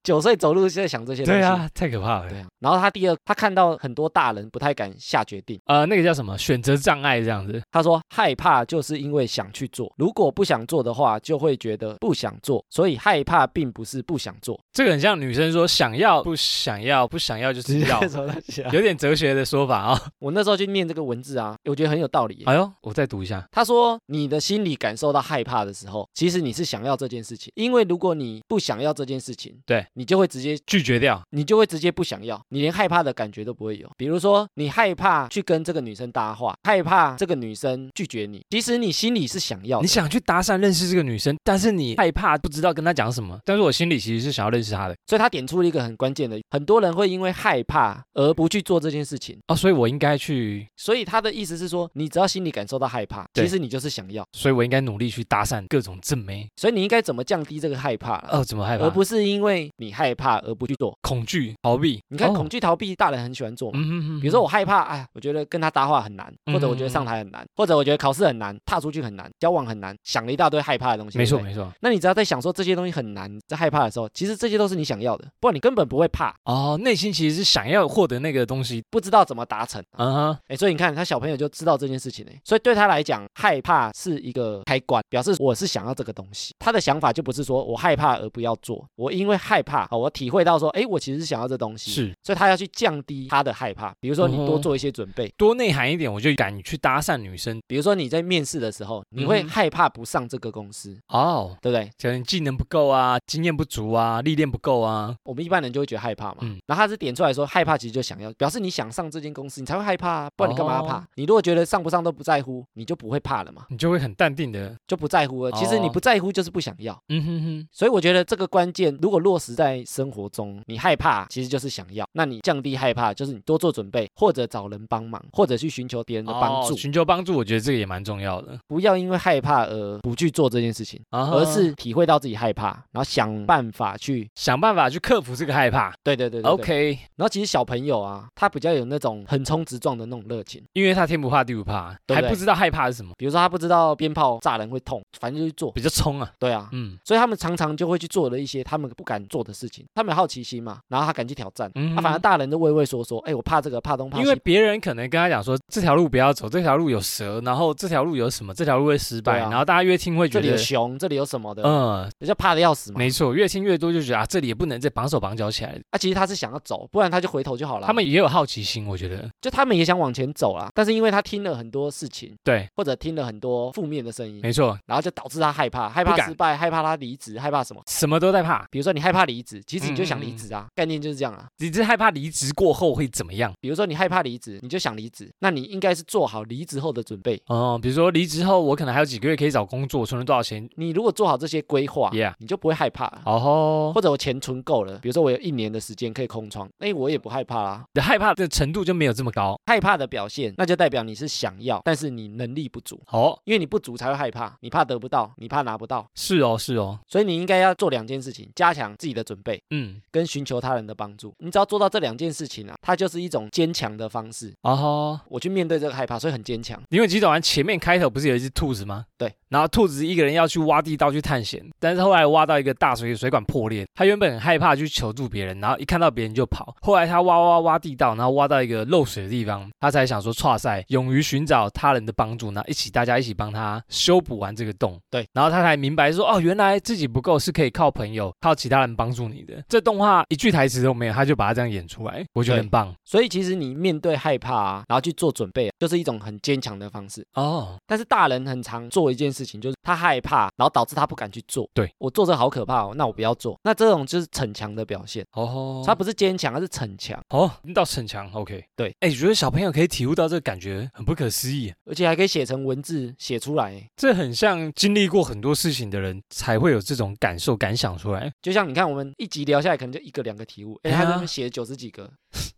[SPEAKER 2] 九岁走路就在想这些东西。
[SPEAKER 1] 对，啊，太可怕了。
[SPEAKER 2] 对啊。然后他第二，他看到很多大人不太敢下决定。
[SPEAKER 1] 呃，那个叫什么选择障碍这样子，
[SPEAKER 2] 他说害怕就是因为想去做，如果不想做的话，就会觉得不想做，所以害怕并不是不想做。
[SPEAKER 1] 这个很像女生说想要不想要不想要 就是要，
[SPEAKER 2] 什么东西啊？
[SPEAKER 1] 有点哲学的说法啊、
[SPEAKER 2] 我那时候去念这个文字啊，我觉得很有道理耶。
[SPEAKER 1] 哎呦，我再读一下，
[SPEAKER 2] 他说：“你的心里感受到害怕的时候，其实你是想要这件事情，因为如果你不想要这件事情，
[SPEAKER 1] 对
[SPEAKER 2] 你就会直接
[SPEAKER 1] 拒绝掉。
[SPEAKER 2] 你就会直接不想要，你连害怕的感觉都不会有。比如说，你害怕去跟这个女生搭话，害怕这个女生拒绝你，其实你心里是想要
[SPEAKER 1] 你
[SPEAKER 2] 的。
[SPEAKER 1] 想去搭讪认识这个女生，但是你害怕不知道跟她讲什么，但是我心里其实是想要认识她的
[SPEAKER 2] 所以他点出了一个很关键的，很多人会因为害怕而不去做这件事情。
[SPEAKER 1] 哦，所以我应该去，
[SPEAKER 2] 所以他的意思是说，你只要心里感受到害怕，
[SPEAKER 1] 对
[SPEAKER 2] 其实你就是想要。
[SPEAKER 1] 所以我应该努力去搭讪各种正妹。
[SPEAKER 2] 所以你应该怎么降低这个害怕啦
[SPEAKER 1] 哦，怎么害怕？
[SPEAKER 2] 而不是因为你害怕而不去做。
[SPEAKER 1] 恐惧逃避？
[SPEAKER 2] 你看
[SPEAKER 1] 哦
[SPEAKER 2] 恐惧逃避，大人很喜欢做嘛。
[SPEAKER 1] 嗯哼嗯哼，
[SPEAKER 2] 比如说我害怕，哎呀，我觉得跟他搭话很难，或者我觉得上台很难，或者我觉得考试很难，踏出去很难，交往很难，想了一大堆害怕的东西。
[SPEAKER 1] 没错
[SPEAKER 2] 对不对
[SPEAKER 1] 没错。
[SPEAKER 2] 那你只要在想说这些东西很难，在害怕的时候，其实这些都是你想要的，不然你根本不会怕，
[SPEAKER 1] 哦，内心其实是想要获得那个东西。
[SPEAKER 2] 不知道怎么达成。
[SPEAKER 1] 嗯哼，
[SPEAKER 2] 哎，所以你看他小朋友就知道这件事情哎，所以对他来讲，害怕是一个开关，表示我是想要这个东西。他的想法就不是说我害怕而不要做，我因为害怕，好，我体会到说，哎，我其实是想要这东西，
[SPEAKER 1] 是
[SPEAKER 2] 所以他要去降低他的害怕。比如说你
[SPEAKER 1] 嗯哼
[SPEAKER 2] 多做一些准备，
[SPEAKER 1] 多内涵一点，我就敢去搭讪女生。
[SPEAKER 2] 比如说你在面试的时候，你会
[SPEAKER 1] 嗯哼
[SPEAKER 2] 害怕不上这个公司，
[SPEAKER 1] 哦，
[SPEAKER 2] 对不对？
[SPEAKER 1] 可能技能不够啊，经验不足啊，历练不够啊。
[SPEAKER 2] 我们一般人就会觉得害怕嘛。
[SPEAKER 1] 嗯
[SPEAKER 2] 然后他是点出来说，害怕其实就想要，表示你想上这间公司，你才会害怕、啊，不然你干嘛要怕？
[SPEAKER 1] 哦
[SPEAKER 2] 你如果觉得上不上都不在乎，你就不会怕了嘛，
[SPEAKER 1] 你就会很淡定的，
[SPEAKER 2] 就不在乎了。其实你
[SPEAKER 1] 哦
[SPEAKER 2] 不在乎就是不想要。
[SPEAKER 1] 嗯哼哼，
[SPEAKER 2] 所以我觉得这个关键，如果落实在生活中，你害怕其实就是想要，那你降低害怕就是你多做准备，或者找人帮忙，或者去寻求别人的帮助，
[SPEAKER 1] 哦寻求帮助，我觉得这个也蛮重要的，
[SPEAKER 2] 不要因为害怕而不去做这件事情，
[SPEAKER 1] 啊
[SPEAKER 2] 而是体会到自己害怕，然后想办法去，
[SPEAKER 1] 想办法去克服这个害怕。
[SPEAKER 2] 对对对对对
[SPEAKER 1] OK，
[SPEAKER 2] 然后其实小朋友啊，他比较有那种横冲直撞的那种热情，
[SPEAKER 1] 因为他天不怕地不怕，
[SPEAKER 2] 对不
[SPEAKER 1] 还
[SPEAKER 2] 对
[SPEAKER 1] 不知道害怕是什么，
[SPEAKER 2] 比如说他不知道鞭炮炸人会痛，反正就去做。
[SPEAKER 1] 比较冲啊。
[SPEAKER 2] 对啊，
[SPEAKER 1] 嗯
[SPEAKER 2] 所以他们常常就会去做了一些他们不敢做的事情，他们有好奇心嘛，然后他敢去挑战。啊
[SPEAKER 1] 嗯
[SPEAKER 2] 他、反而大人都畏畏缩缩，哎，我怕这个，怕东怕西。
[SPEAKER 1] 因为别人可能跟他讲说这条路不要走，这条路有蛇，然后这条路有什么，这条路会失败，
[SPEAKER 2] 对啊
[SPEAKER 1] 然后大家越听会觉
[SPEAKER 2] 这里有
[SPEAKER 1] 得，
[SPEAKER 2] 熊，这里有什么的，
[SPEAKER 1] 嗯，
[SPEAKER 2] 人家怕的要死嘛。
[SPEAKER 1] 没错，越听越多就觉得啊，这里也不能再绑手绑脚起来。
[SPEAKER 2] 啊，其实他是想要走，不然他就回头就好了。
[SPEAKER 1] 他们也有好奇心，我觉得
[SPEAKER 2] 就他们也想往前走啦，但是因为他听了很多事情，
[SPEAKER 1] 对，
[SPEAKER 2] 或者听了很多负面的声音，
[SPEAKER 1] 没错，
[SPEAKER 2] 然后就导致他害怕，害
[SPEAKER 1] 不
[SPEAKER 2] 怕
[SPEAKER 1] 敢
[SPEAKER 2] 失败，害怕他离职，害怕什么？
[SPEAKER 1] 什么都在怕，
[SPEAKER 2] 比如说你害怕离职，其实你就想
[SPEAKER 1] 嗯嗯
[SPEAKER 2] 离
[SPEAKER 1] 嗯
[SPEAKER 2] 职啊，概念就是这样啊。
[SPEAKER 1] 只是害怕离职过后会怎么样。
[SPEAKER 2] 比如说你害怕离职，你就想离职，那你应该是做好离职后的准备。
[SPEAKER 1] 哦、比如说离职后，我可能还有几个月可以找工作，存了多少钱？
[SPEAKER 2] 你如果做好这些规划
[SPEAKER 1] Yeah
[SPEAKER 2] 你就不会害怕了。
[SPEAKER 1] 哦吼，
[SPEAKER 2] 或者我钱存够了，比如说我有一年的时间可以空窗，哎，我也不害怕啦。
[SPEAKER 1] 你的害怕的程度就没有这么高。
[SPEAKER 2] 害怕的表现，那就代表你是想要，但是你能力不足，
[SPEAKER 1] 哦，
[SPEAKER 2] 因为你不足才会害怕，你怕得不到，你怕拿不到，
[SPEAKER 1] 是哦，是哦，
[SPEAKER 2] 所以你应该要做两件事情，加强自己的准备
[SPEAKER 1] 嗯，
[SPEAKER 2] 跟寻求他人的帮助。你只要做到这两件事情啊，它就是一种坚强的方式。
[SPEAKER 1] 哦吼，
[SPEAKER 2] 我去面对这个害怕，所以很坚强。
[SPEAKER 1] 因为极短丸前面开头不是有一只兔子吗？
[SPEAKER 2] 对，
[SPEAKER 1] 然后兔子一个人要去挖地道去探险，但是后来挖到一个大水水管破裂，他原本很害怕去求助别人，然后一看到别人就跑。后来他挖挖挖地道，然后挖到一个漏水的地方，他才想说岔赛，勇于寻找他人的帮助，然后一起大家一起帮他修补完这个洞。
[SPEAKER 2] 对，
[SPEAKER 1] 然后他才明白说，哦，原来自己不够是可以靠朋友、靠其他人帮助你的。这动画一句台词都没有，他就把它这样演出来，我觉得
[SPEAKER 2] 对
[SPEAKER 1] 很棒
[SPEAKER 2] 所以其实你面对害怕啊，然后去做准备啊，就是一种很坚强的方式。
[SPEAKER 1] 哦。
[SPEAKER 2] 但是大人很常做一件事情，就是他害怕，然后导致他不敢去做。
[SPEAKER 1] 对
[SPEAKER 2] 我做这好可怕哦，那我不要做。那这种就是逞强的表现，
[SPEAKER 1] 哦，
[SPEAKER 2] 他不是坚强，他是逞强，
[SPEAKER 1] 哦，你到逞强，OK，
[SPEAKER 2] 对，
[SPEAKER 1] 哎，觉得小朋友可以体悟到这个感觉，很不可思议，
[SPEAKER 2] 而且还可以写成文字写出来。欸
[SPEAKER 1] 这很像经历过很多事情的人才会有这种感受感想出来。
[SPEAKER 2] 就像你看，我们一集聊下来，可能就一个两个题目，哎，
[SPEAKER 1] 哎呀
[SPEAKER 2] 他那边写九十几个，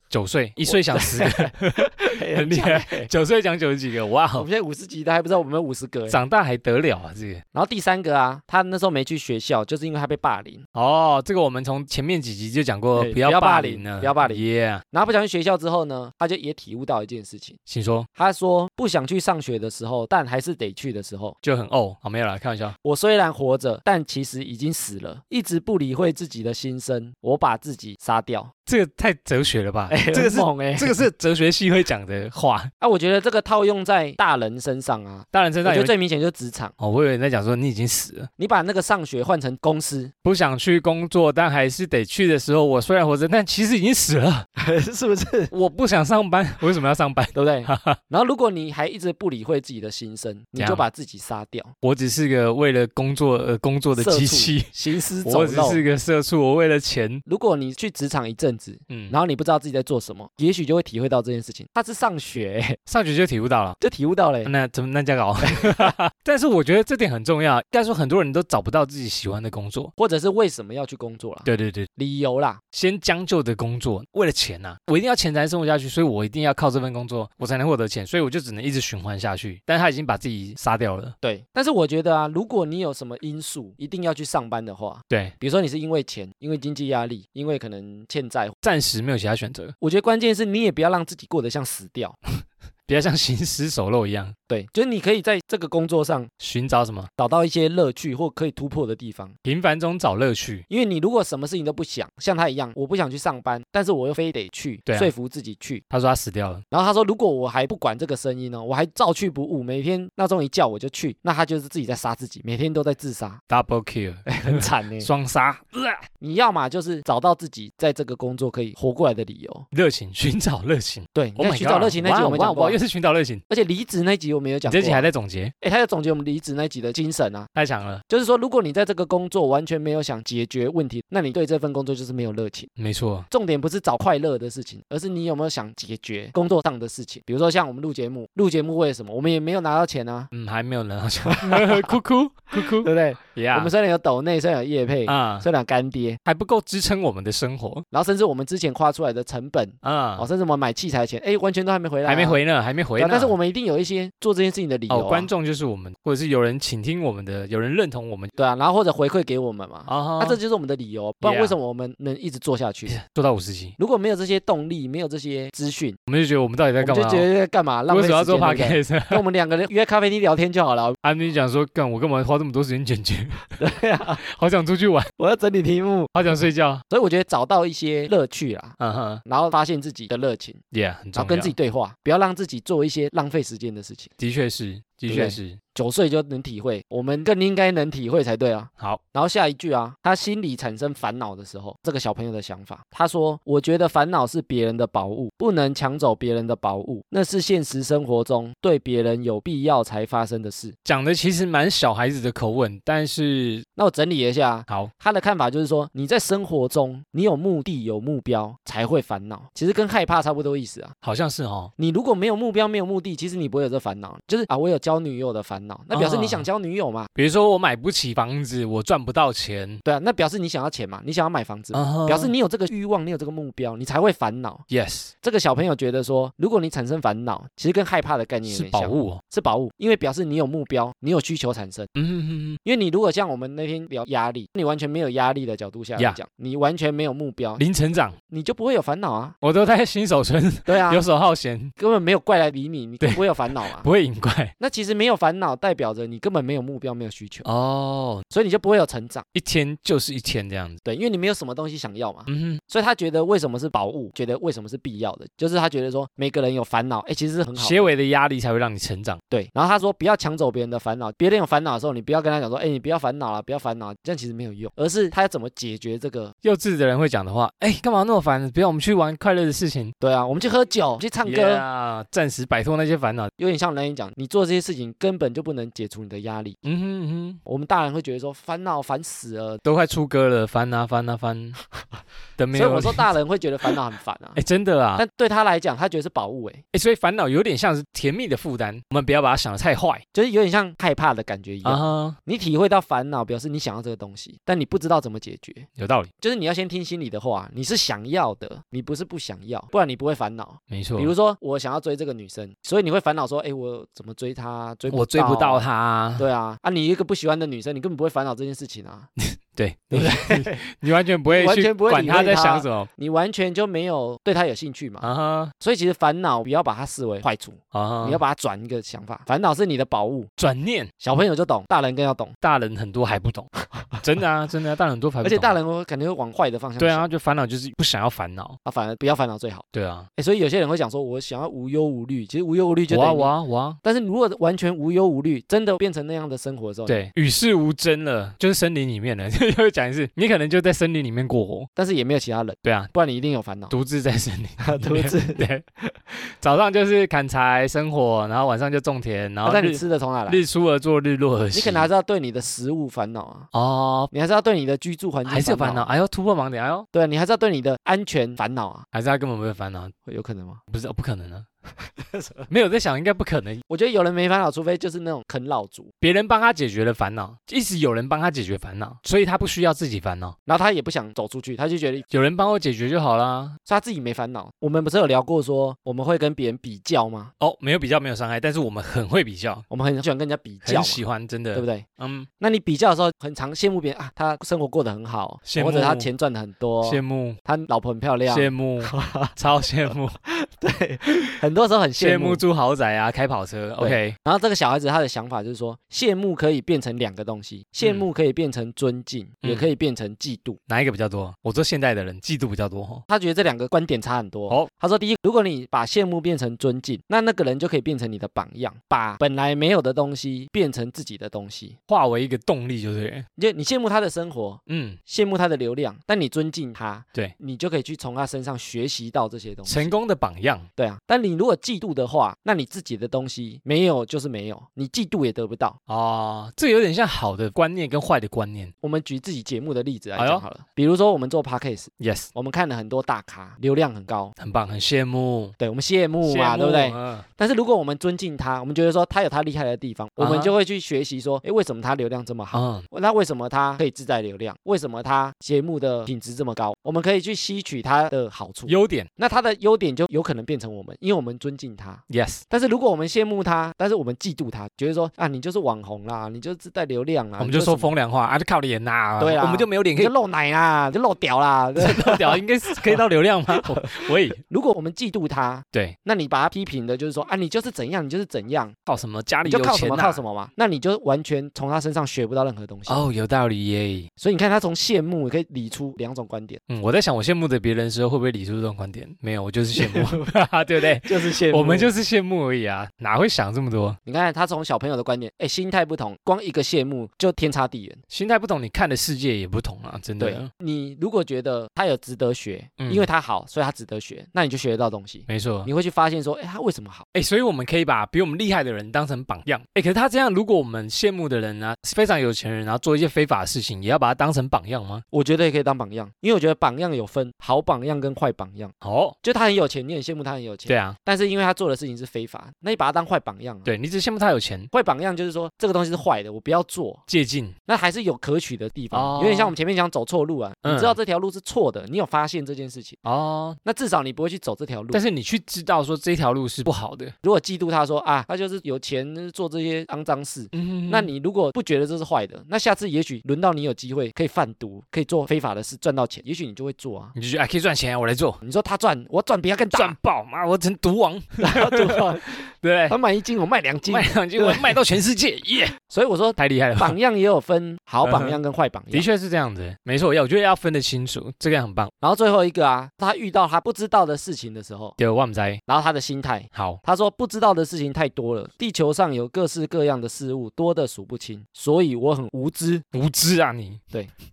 [SPEAKER 1] 九岁，一岁想十个，
[SPEAKER 2] 哎
[SPEAKER 1] 很厉害。
[SPEAKER 2] 强哎
[SPEAKER 1] 九岁讲九十几个，哇
[SPEAKER 2] 我
[SPEAKER 1] 哦
[SPEAKER 2] 们，现在五十集，他还不知道我们有五十个。哎
[SPEAKER 1] 长大还得了啊？这个
[SPEAKER 2] 然后第三个啊，他那时候没去学校，就是因为他被霸凌。
[SPEAKER 1] 哦，这个我们从前面几集就讲过，
[SPEAKER 2] 对
[SPEAKER 1] 不要
[SPEAKER 2] 不要
[SPEAKER 1] 霸
[SPEAKER 2] 霸
[SPEAKER 1] 凌
[SPEAKER 2] 凌
[SPEAKER 1] 呢，
[SPEAKER 2] 不要霸凌
[SPEAKER 1] ，Yeah，
[SPEAKER 2] 然后不想去学校之后呢，他就也体悟到一件事情。
[SPEAKER 1] 请说，
[SPEAKER 2] 他说不想去上学的时候，但还是得去的时候，
[SPEAKER 1] 就很哦，好没有啦，开玩笑，
[SPEAKER 2] 我虽然活着，但其实已经死了。一直不理会自己的心声，我把自己杀掉。
[SPEAKER 1] 这个太哲学了吧？
[SPEAKER 2] 哎、
[SPEAKER 1] 这个是
[SPEAKER 2] 很猛哎、
[SPEAKER 1] 这个是哲学系会讲的话，
[SPEAKER 2] 啊，我觉得这个套用在大人身上啊，
[SPEAKER 1] 当然身
[SPEAKER 2] 我
[SPEAKER 1] 上
[SPEAKER 2] 觉
[SPEAKER 1] 有
[SPEAKER 2] 得最明显就是职场。
[SPEAKER 1] 哦，我以为你在讲说你已经死了。
[SPEAKER 2] 你把那个上学换成 公司，
[SPEAKER 1] 不想去工作，但还是得去的时候，我虽然活着，但其实已经死 了。
[SPEAKER 2] 是不是？对
[SPEAKER 1] 我不想上班， 我为什么要上班？
[SPEAKER 2] 不对？然后如果你还一直不理会自己的心声，你
[SPEAKER 1] 怎
[SPEAKER 2] 就
[SPEAKER 1] 样
[SPEAKER 2] 把自己杀掉。
[SPEAKER 1] 我只是个为了工作而工作的
[SPEAKER 2] 社畜
[SPEAKER 1] 机器，
[SPEAKER 2] 行尸走
[SPEAKER 1] 我只
[SPEAKER 2] 肉。
[SPEAKER 1] 是个社畜，我为了钱，
[SPEAKER 2] 如果你去职场一阵子，
[SPEAKER 1] 嗯，
[SPEAKER 2] 然后你不知道自己在做什么，也许就会体会到这件事情。他是上学、 欸
[SPEAKER 1] 上学就体悟到了。
[SPEAKER 2] 就体悟到嘞、
[SPEAKER 1] 那怎么那家搞？ 但是我觉得这点很重要，啊应该说很多人都找不到自己喜欢的工作。
[SPEAKER 2] 或者是为什么要去工作啦，
[SPEAKER 1] 对对对，
[SPEAKER 2] 理由啦，
[SPEAKER 1] 先将就的工作，为了钱呐、我一定要钱才能生活下去，所以我一定要靠这份工作，我才能获得钱，所以我就只能一直循环下去。但是他已经把自己杀掉了，
[SPEAKER 2] 对，但是我觉得啊，如果你有什么因素一定要去上班的话，
[SPEAKER 1] 对，
[SPEAKER 2] 比如说你是因为钱，因为经济压力，因为可能欠债，
[SPEAKER 1] 暂时没有其他选择。
[SPEAKER 2] 我觉得关键是你也不要让自己过得像死掉。
[SPEAKER 1] 比较像行尸走肉一样，
[SPEAKER 2] 对，就是你可以在这个工作上
[SPEAKER 1] 寻找什么
[SPEAKER 2] 找到一些乐趣或可以突破的地方。
[SPEAKER 1] 平凡中找乐趣。
[SPEAKER 2] 因为你如果什么事情都不想，像他一样，我不想去上班，但是我又非得去，
[SPEAKER 1] 对啊
[SPEAKER 2] 说服自己去。
[SPEAKER 1] 他说他死掉了，
[SPEAKER 2] 然后他说，如果我还不管这个声音呢，哦我还照去不误，每天闹钟一叫我就去，那他就是自己在杀自己，每天都在自杀，
[SPEAKER 1] double kill，哎
[SPEAKER 2] 很惨呢、
[SPEAKER 1] 双杀，呃
[SPEAKER 2] 你要嘛就是找到自己在这个工作可以活过来的理由，
[SPEAKER 1] 热情，寻找热情。
[SPEAKER 2] 对，你
[SPEAKER 1] Oh my
[SPEAKER 2] 看
[SPEAKER 1] god，
[SPEAKER 2] 寻找热情那集我们
[SPEAKER 1] 哇
[SPEAKER 2] 讲
[SPEAKER 1] 哇
[SPEAKER 2] 过
[SPEAKER 1] 哇
[SPEAKER 2] 啊
[SPEAKER 1] 又，是寻找热情，
[SPEAKER 2] 而且离职那集我们有
[SPEAKER 1] 你
[SPEAKER 2] 讲过
[SPEAKER 1] 这集还
[SPEAKER 2] 啊。
[SPEAKER 1] 在总结，
[SPEAKER 2] 哎，他在总结我们离职那集的精神啊，
[SPEAKER 1] 太强了，
[SPEAKER 2] 就是说，如果你在这个工作完全没有想解决问题，那你对这份工作就是没有热情。
[SPEAKER 1] 没错，
[SPEAKER 2] 重点不是找快乐的事情，而是你有没有想解决工作上的事情。比如说像我们录节目，录节目为什么？我们也没有拿到钱啊，
[SPEAKER 1] 嗯，还没有人好 像，哭哭哭
[SPEAKER 2] 对
[SPEAKER 1] 哭
[SPEAKER 2] 不对？
[SPEAKER 1] ，Yeah，
[SPEAKER 2] 呃我们虽然有抖内，虽然有业配，
[SPEAKER 1] 啊、
[SPEAKER 2] 虽然有干爹，
[SPEAKER 1] 还不够支撑我们的生活
[SPEAKER 2] 然后甚至我们之前花出来的成本，
[SPEAKER 1] 啊、
[SPEAKER 2] 哦，甚至我们买器材的钱，哎，完全都还没回来
[SPEAKER 1] 嗯
[SPEAKER 2] 啊，
[SPEAKER 1] 还没回呢，还没回
[SPEAKER 2] 对
[SPEAKER 1] 呢
[SPEAKER 2] 啊。但是我们一定有一些做这件事情的理由、啊
[SPEAKER 1] 哦，观众就是我们，或者是有人倾听我们的，有人认同我们
[SPEAKER 2] 对啊，然后或者回馈给我们嘛，那、
[SPEAKER 1] 啊
[SPEAKER 2] 这就是我们的理由，不然
[SPEAKER 1] Yeah
[SPEAKER 2] 为什么我们能一直做下去？
[SPEAKER 1] 做到五十集，
[SPEAKER 2] 如果没有这些动力，没有这些资讯，
[SPEAKER 1] 我们就觉得我们到底在
[SPEAKER 2] 我们
[SPEAKER 1] 干
[SPEAKER 2] 就
[SPEAKER 1] 嘛？啊
[SPEAKER 2] 觉得在干嘛浪
[SPEAKER 1] 为
[SPEAKER 2] 费
[SPEAKER 1] 什么
[SPEAKER 2] 时
[SPEAKER 1] 要
[SPEAKER 2] 间？
[SPEAKER 1] 做
[SPEAKER 2] 对不对
[SPEAKER 1] podcast？
[SPEAKER 2] 那我们两个人约咖啡厅聊天就好了。
[SPEAKER 1] 安妮啊讲说，干我干嘛花这么多时间解决？
[SPEAKER 2] 对啊，
[SPEAKER 1] 好想出去玩，
[SPEAKER 2] 我要整理题目，
[SPEAKER 1] 好想睡 觉。
[SPEAKER 2] 所以我觉得找到一些乐趣啦，
[SPEAKER 1] 嗯哼，
[SPEAKER 2] 然后发现自己的热情，
[SPEAKER 1] 也很重
[SPEAKER 2] 然
[SPEAKER 1] 要。
[SPEAKER 2] 后跟自己对话，不要让自己做一些浪费时间的事情。
[SPEAKER 1] 的确是，的
[SPEAKER 2] 不
[SPEAKER 1] 确
[SPEAKER 2] 对
[SPEAKER 1] 是。
[SPEAKER 2] 九岁就能体会，我们更应该能体会才对啊。
[SPEAKER 1] 好，
[SPEAKER 2] 然后下一句啊，他心里产生烦恼的时候，这个小朋友的想法，他说：“我觉得烦恼是别人的宝物，不能抢走别人的宝物，那是现实生活中对别人有必要才发生的事。
[SPEAKER 1] 讲的其实蛮小孩子的口吻，但是”
[SPEAKER 2] 那我整理一下啊，
[SPEAKER 1] 好，
[SPEAKER 2] 他的看法就是说，你在生活中，你有目的、有目标才会烦恼，其实跟害怕差不多意思啊。
[SPEAKER 1] 好像是哦。
[SPEAKER 2] 你如果没有目标、没有目的，其实你不会有这烦恼。就是啊，我有交女友的烦恼，那表示
[SPEAKER 1] 啊
[SPEAKER 2] 你想交女友嘛？
[SPEAKER 1] 比如说我买不起房子，我赚不到钱，
[SPEAKER 2] 对啊，那表示你想要钱嘛？你想要买房子嘛？
[SPEAKER 1] 啊哈
[SPEAKER 2] 表示你有这个欲望，你有这个目标，你才会烦恼。
[SPEAKER 1] yes
[SPEAKER 2] 这个小朋友觉得说，如果你产生烦恼，其实跟害怕的概念有
[SPEAKER 1] 是
[SPEAKER 2] 点
[SPEAKER 1] 宝
[SPEAKER 2] 像，
[SPEAKER 1] 物哦。
[SPEAKER 2] 是宝物，因为表示你有目标，你有需求产生。
[SPEAKER 1] 嗯哼哼哼，
[SPEAKER 2] 因为你如果像我们那天聊压力，你完全没有压力的角度下来
[SPEAKER 1] Yeah
[SPEAKER 2] 讲你完全没有目标，
[SPEAKER 1] 零成长，
[SPEAKER 2] 你就不会有烦恼啊。
[SPEAKER 1] 我都在新手村
[SPEAKER 2] 对啊，
[SPEAKER 1] 游手好闲，
[SPEAKER 2] 根本没有怪来理你，你
[SPEAKER 1] 对
[SPEAKER 2] 不会有烦恼啊
[SPEAKER 1] 不。会引怪。
[SPEAKER 2] 那其实没有烦恼，代表着你根本没有目标，没有需求，
[SPEAKER 1] 哦，
[SPEAKER 2] 所以你就不会有成长。
[SPEAKER 1] 一天就是一天这样子。
[SPEAKER 2] 对，因为你没有什么东西想要嘛，
[SPEAKER 1] 嗯哼，
[SPEAKER 2] 所以他觉得为什么是宝物，觉得为什么是必要的，就是他觉得说每个人有烦恼，哎，其实是很好的。
[SPEAKER 1] 结尾的压力才会让你成长。
[SPEAKER 2] 对，然后他说不要抢走别人的烦恼，别人有烦恼的时候，你不要跟他讲说，哎，你不要烦恼了，不要烦恼，这样其实没有用，而是他要怎么解决这个。
[SPEAKER 1] 幼稚的人会讲的话，哎，干嘛那么烦？不要，我们去玩快乐的事情，
[SPEAKER 2] 对啊，我们去喝酒，去唱歌
[SPEAKER 1] 啊，暂时摆脱那些烦恼。
[SPEAKER 2] 有点像我跟你讲，你做这些事情根本就不能解除你的压力。
[SPEAKER 1] 嗯哼嗯哼，
[SPEAKER 2] 我们大人会觉得说烦恼烦死了，
[SPEAKER 1] 都快出歌了，翻啊翻啊 翻，等没
[SPEAKER 2] 所以
[SPEAKER 1] 有
[SPEAKER 2] 我。说大人会觉得烦恼很烦啊
[SPEAKER 1] 哎，。真的啊，
[SPEAKER 2] 但对他来讲，他觉得是宝物，哎，
[SPEAKER 1] 哎，所以烦恼有点像是甜蜜的负担，我们不要把它想得太坏
[SPEAKER 2] 就是有点像害怕的感觉一
[SPEAKER 1] 啊
[SPEAKER 2] 样。
[SPEAKER 1] 哈，
[SPEAKER 2] 你体会到烦恼，表示你想要这个东西，但你不知道怎么解决。
[SPEAKER 1] 有道理，
[SPEAKER 2] 就是你要先听心里的话，你是想要的，你不是不想要，不然你不会烦恼。
[SPEAKER 1] 没错
[SPEAKER 2] 比。如说，我想要追这个女生，所以你会烦恼说，哎，我怎么追她？追
[SPEAKER 1] 我追不到
[SPEAKER 2] 她。
[SPEAKER 1] 他啊，
[SPEAKER 2] 对啊，啊，你一个不喜欢的女生，你根本不会烦恼这件事情啊，
[SPEAKER 1] 对
[SPEAKER 2] 对
[SPEAKER 1] 你
[SPEAKER 2] 不对？
[SPEAKER 1] 你完全不会
[SPEAKER 2] 完
[SPEAKER 1] 去
[SPEAKER 2] 全不会
[SPEAKER 1] 管
[SPEAKER 2] 理
[SPEAKER 1] 他
[SPEAKER 2] 会
[SPEAKER 1] 在
[SPEAKER 2] 他
[SPEAKER 1] 想什么
[SPEAKER 2] 你完全就没有对她有兴趣嘛。
[SPEAKER 1] 啊哈
[SPEAKER 2] 所以其实烦恼不要把它视为坏处，
[SPEAKER 1] 啊哈，
[SPEAKER 2] 你要把它转一个想法，烦恼是你的宝物，
[SPEAKER 1] 转念。
[SPEAKER 2] 小朋友就懂，大人更要懂，
[SPEAKER 1] 大人很多还不懂，真的啊，真的、啊，大人很多还不懂。
[SPEAKER 2] 而且大人会肯定会往坏的方向
[SPEAKER 1] 对
[SPEAKER 2] 想
[SPEAKER 1] 啊，就烦恼就是不想要烦恼。
[SPEAKER 2] 啊，反而不要烦恼最好。
[SPEAKER 1] 对啊，
[SPEAKER 2] 哎，所以有些人会讲说，我想要无忧无虑，其实无忧无虑就
[SPEAKER 1] 我
[SPEAKER 2] 等于
[SPEAKER 1] 啊
[SPEAKER 2] 你
[SPEAKER 1] 我啊我啊，
[SPEAKER 2] 但是如果完全无忧无虑，真的变成那样的生活的时候，，
[SPEAKER 1] 对，与世无争了，就是森林里面了。 又讲一次，你可能就在森林里面过活。
[SPEAKER 2] 但是也没有其他人，
[SPEAKER 1] 对啊，
[SPEAKER 2] 不然你一定有烦恼。
[SPEAKER 1] 独自在森林里
[SPEAKER 2] 哦 独
[SPEAKER 1] 面。
[SPEAKER 2] 自，
[SPEAKER 1] 对，早上就是砍柴生火，然后晚上就种田，然
[SPEAKER 2] 啊
[SPEAKER 1] 后
[SPEAKER 2] 但
[SPEAKER 1] 日、
[SPEAKER 2] 你吃的从哪来？
[SPEAKER 1] 日出而作，日落而息。
[SPEAKER 2] 你可能还是要对你的食物烦恼啊，
[SPEAKER 1] 哦，
[SPEAKER 2] 你还是要对你的居住环境
[SPEAKER 1] 还是有烦恼。
[SPEAKER 2] 恼啊，
[SPEAKER 1] 哎呦，突破盲点，哎呦，
[SPEAKER 2] 对，你还是要对你的安全烦恼啊，
[SPEAKER 1] 还是他根本没有烦恼，
[SPEAKER 2] 会有可能吗？
[SPEAKER 1] 不是、哦不可能 啊。没有在想，应该不可能。
[SPEAKER 2] 我觉得有人没烦恼，除非就是那种啃老族，
[SPEAKER 1] 别人帮他解决了烦恼，一直有人帮他解决烦恼，所以他不需要自己烦恼，
[SPEAKER 2] 然后他也不想走出去，他就觉得
[SPEAKER 1] 有人帮我解决就好啦。
[SPEAKER 2] 所以他自己没烦恼。我们不是有聊过说我们会跟别人比较吗？
[SPEAKER 1] 哦，没有比较没有伤害，但是我们很会比 较，
[SPEAKER 2] 我们很喜欢跟人家比
[SPEAKER 1] 很
[SPEAKER 2] 较嘛，
[SPEAKER 1] 喜欢，真的，
[SPEAKER 2] 对不对？
[SPEAKER 1] 嗯，
[SPEAKER 2] 那你比较的时候，很常羡慕别人啊，他生活过得很好，
[SPEAKER 1] 羡慕
[SPEAKER 2] 或者他钱赚的很多，
[SPEAKER 1] 羡慕，
[SPEAKER 2] 他老婆很漂亮，
[SPEAKER 1] 羡 慕，超羡慕，
[SPEAKER 2] 很多时候很羡
[SPEAKER 1] 羡
[SPEAKER 2] 慕
[SPEAKER 1] 慕。住豪宅啊，开跑车，OK，
[SPEAKER 2] 然后这个小孩子他的想法就是说，羡慕可以变成两个东西，羡慕可以变成尊敬，
[SPEAKER 1] 嗯
[SPEAKER 2] 也可以变成嫉妒。
[SPEAKER 1] 哪一个比较多？我做现代的人嫉妒比较多哈。
[SPEAKER 2] 他觉得这两个观点差很多。
[SPEAKER 1] 哦
[SPEAKER 2] 他说第一，如果你把羡慕变成尊敬，那那个人就可以变成你的榜样，把本来没有的东西变成自己的东西。
[SPEAKER 1] 化为一个动力就是了，
[SPEAKER 2] 就你羡慕他的生活，
[SPEAKER 1] 嗯，
[SPEAKER 2] 羡慕他的流量，但你尊敬他，
[SPEAKER 1] 对
[SPEAKER 2] 你就可以去从他身上学习到这些东西。
[SPEAKER 1] 成功的榜样，
[SPEAKER 2] 对啊，但你如果嫉妒的话，那你自己的东西没有就是没有，你嫉妒也得不到。
[SPEAKER 1] 哦，这有点像好的观念跟坏的观念
[SPEAKER 2] 我们举自己节目的例子来
[SPEAKER 1] 哎呦
[SPEAKER 2] 讲好了，比如说我们做 podcast，
[SPEAKER 1] ，yes，
[SPEAKER 2] 我们看了很多大咖，流量很高，
[SPEAKER 1] 很棒，很羡慕，
[SPEAKER 2] 对我们羡慕嘛，
[SPEAKER 1] 羡
[SPEAKER 2] 对不对？
[SPEAKER 1] 嗯
[SPEAKER 2] 但是如果我们尊敬他，我们觉得说他有他厉害的地方，我
[SPEAKER 1] 啊
[SPEAKER 2] 们
[SPEAKER 1] 哈
[SPEAKER 2] 就会去学习说，诶，为什么他流量这么好？
[SPEAKER 1] 嗯，
[SPEAKER 2] 那为什么他可以自带流量？为什么他节目的品质这么高？我们可以去吸取他的好处。
[SPEAKER 1] 优点
[SPEAKER 2] 那他的优点就有可能变成我们，因为我们尊敬他。
[SPEAKER 1] ，yes。
[SPEAKER 2] 但是如果我们羡慕他，但是我们嫉妒他，觉得说啊，你就是网红啦，你就是自带流量啦，
[SPEAKER 1] 我们
[SPEAKER 2] 你
[SPEAKER 1] 就
[SPEAKER 2] 就是
[SPEAKER 1] 说
[SPEAKER 2] 什么
[SPEAKER 1] 风凉话啊，就靠脸呐，
[SPEAKER 2] 对啊
[SPEAKER 1] 我们就没有脸可
[SPEAKER 2] 你
[SPEAKER 1] 以
[SPEAKER 2] 就露奶啦，你就露屌啦。对
[SPEAKER 1] 到屌，应该是可以到流量 吗？喂，
[SPEAKER 2] 如果我们嫉妒他，
[SPEAKER 1] 对，
[SPEAKER 2] 那你把他批评的就是说啊，你就是怎样，你就是怎样，
[SPEAKER 1] 靠什么？家里
[SPEAKER 2] 你就
[SPEAKER 1] 啊有
[SPEAKER 2] 靠什
[SPEAKER 1] 钱
[SPEAKER 2] 么
[SPEAKER 1] 呐
[SPEAKER 2] 靠什么嘛，那你就完全从他身上学不到任何东西。
[SPEAKER 1] 哦，有道理耶。
[SPEAKER 2] 所以你看，他从羡慕可以理出两种观点，
[SPEAKER 1] 嗯，我在想，我羡慕的别人的时候，会不会理出这种观点？没有，我就是羡 慕， 对不对？
[SPEAKER 2] 就是羡
[SPEAKER 1] 我们就是羡慕而已啊，哪会想这么多？
[SPEAKER 2] 你看他从小朋友的观点，哎，心态不同，光一个羡慕就天差地远。
[SPEAKER 1] 心态不同，你看的世界也不同啊，真
[SPEAKER 2] 对
[SPEAKER 1] 的。
[SPEAKER 2] 你如果觉得他有值得学，
[SPEAKER 1] 嗯哦
[SPEAKER 2] 因为他好，所以他值得学，那你就学得到东西。
[SPEAKER 1] 没错
[SPEAKER 2] 你，会去发现说，哎，他为什么好？
[SPEAKER 1] 哎，所以我们可以把比我们厉害的人当成榜样。哎，可是他这样，如果我们羡慕的人呢、是非常有钱人，然后做一些非法的事情，也要把他当成榜样吗？
[SPEAKER 2] 我觉得也可以当榜样，因为我觉得榜样有分好榜样跟坏榜样。
[SPEAKER 1] 哦，
[SPEAKER 2] 就他很有钱，你很羡慕他很有钱，
[SPEAKER 1] 对啊，
[SPEAKER 2] 但是因为他做的事情是非法，那你把他当坏榜样、啊。
[SPEAKER 1] 对你只羡慕他有钱，
[SPEAKER 2] 坏榜样就是说这个东西是坏的，我不要做，
[SPEAKER 1] 借镜，
[SPEAKER 2] 那还是有可取的地方，
[SPEAKER 1] 哦
[SPEAKER 2] 有点像我们前面讲走错路啊，
[SPEAKER 1] 嗯
[SPEAKER 2] 你知道这条路是错的，你有发现这件事情，
[SPEAKER 1] 哦，
[SPEAKER 2] 那至少你不会去走这条路。
[SPEAKER 1] 但是你去知道说这条路是不好的，
[SPEAKER 2] 如果嫉妒他说啊，他就是有钱做这些肮脏事。
[SPEAKER 1] 嗯
[SPEAKER 2] 那你如果不觉得这是坏的，那下次也许轮到你有机会可以贩毒，可以做非法的事赚到钱，也许你就会做啊。
[SPEAKER 1] 你就觉得哎可以赚钱啊，我来做，
[SPEAKER 2] 你说他赚，我赚比他更大，
[SPEAKER 1] 赚爆，妈，我成毒王， 对不
[SPEAKER 2] 他买一斤，我卖两
[SPEAKER 1] 对？
[SPEAKER 2] 斤
[SPEAKER 1] 卖，两斤，我卖到全世界，耶！
[SPEAKER 2] 所以我说
[SPEAKER 1] 太厉害了吧。
[SPEAKER 2] 榜样也有分好
[SPEAKER 1] 嗯
[SPEAKER 2] 榜样跟坏榜
[SPEAKER 1] 的
[SPEAKER 2] 样。
[SPEAKER 1] 确是这样子，没错，要我觉得要分得清楚，这个很棒。
[SPEAKER 2] 然后最后一个啊，他遇到他不知道的事情的时候，
[SPEAKER 1] 对，万哉，
[SPEAKER 2] 然后他的心态，
[SPEAKER 1] 好，
[SPEAKER 2] 他说：“不知道的事情太多了，地球上有各式各样的事物，多得数不清，所以我很无知。
[SPEAKER 1] 无知啊你，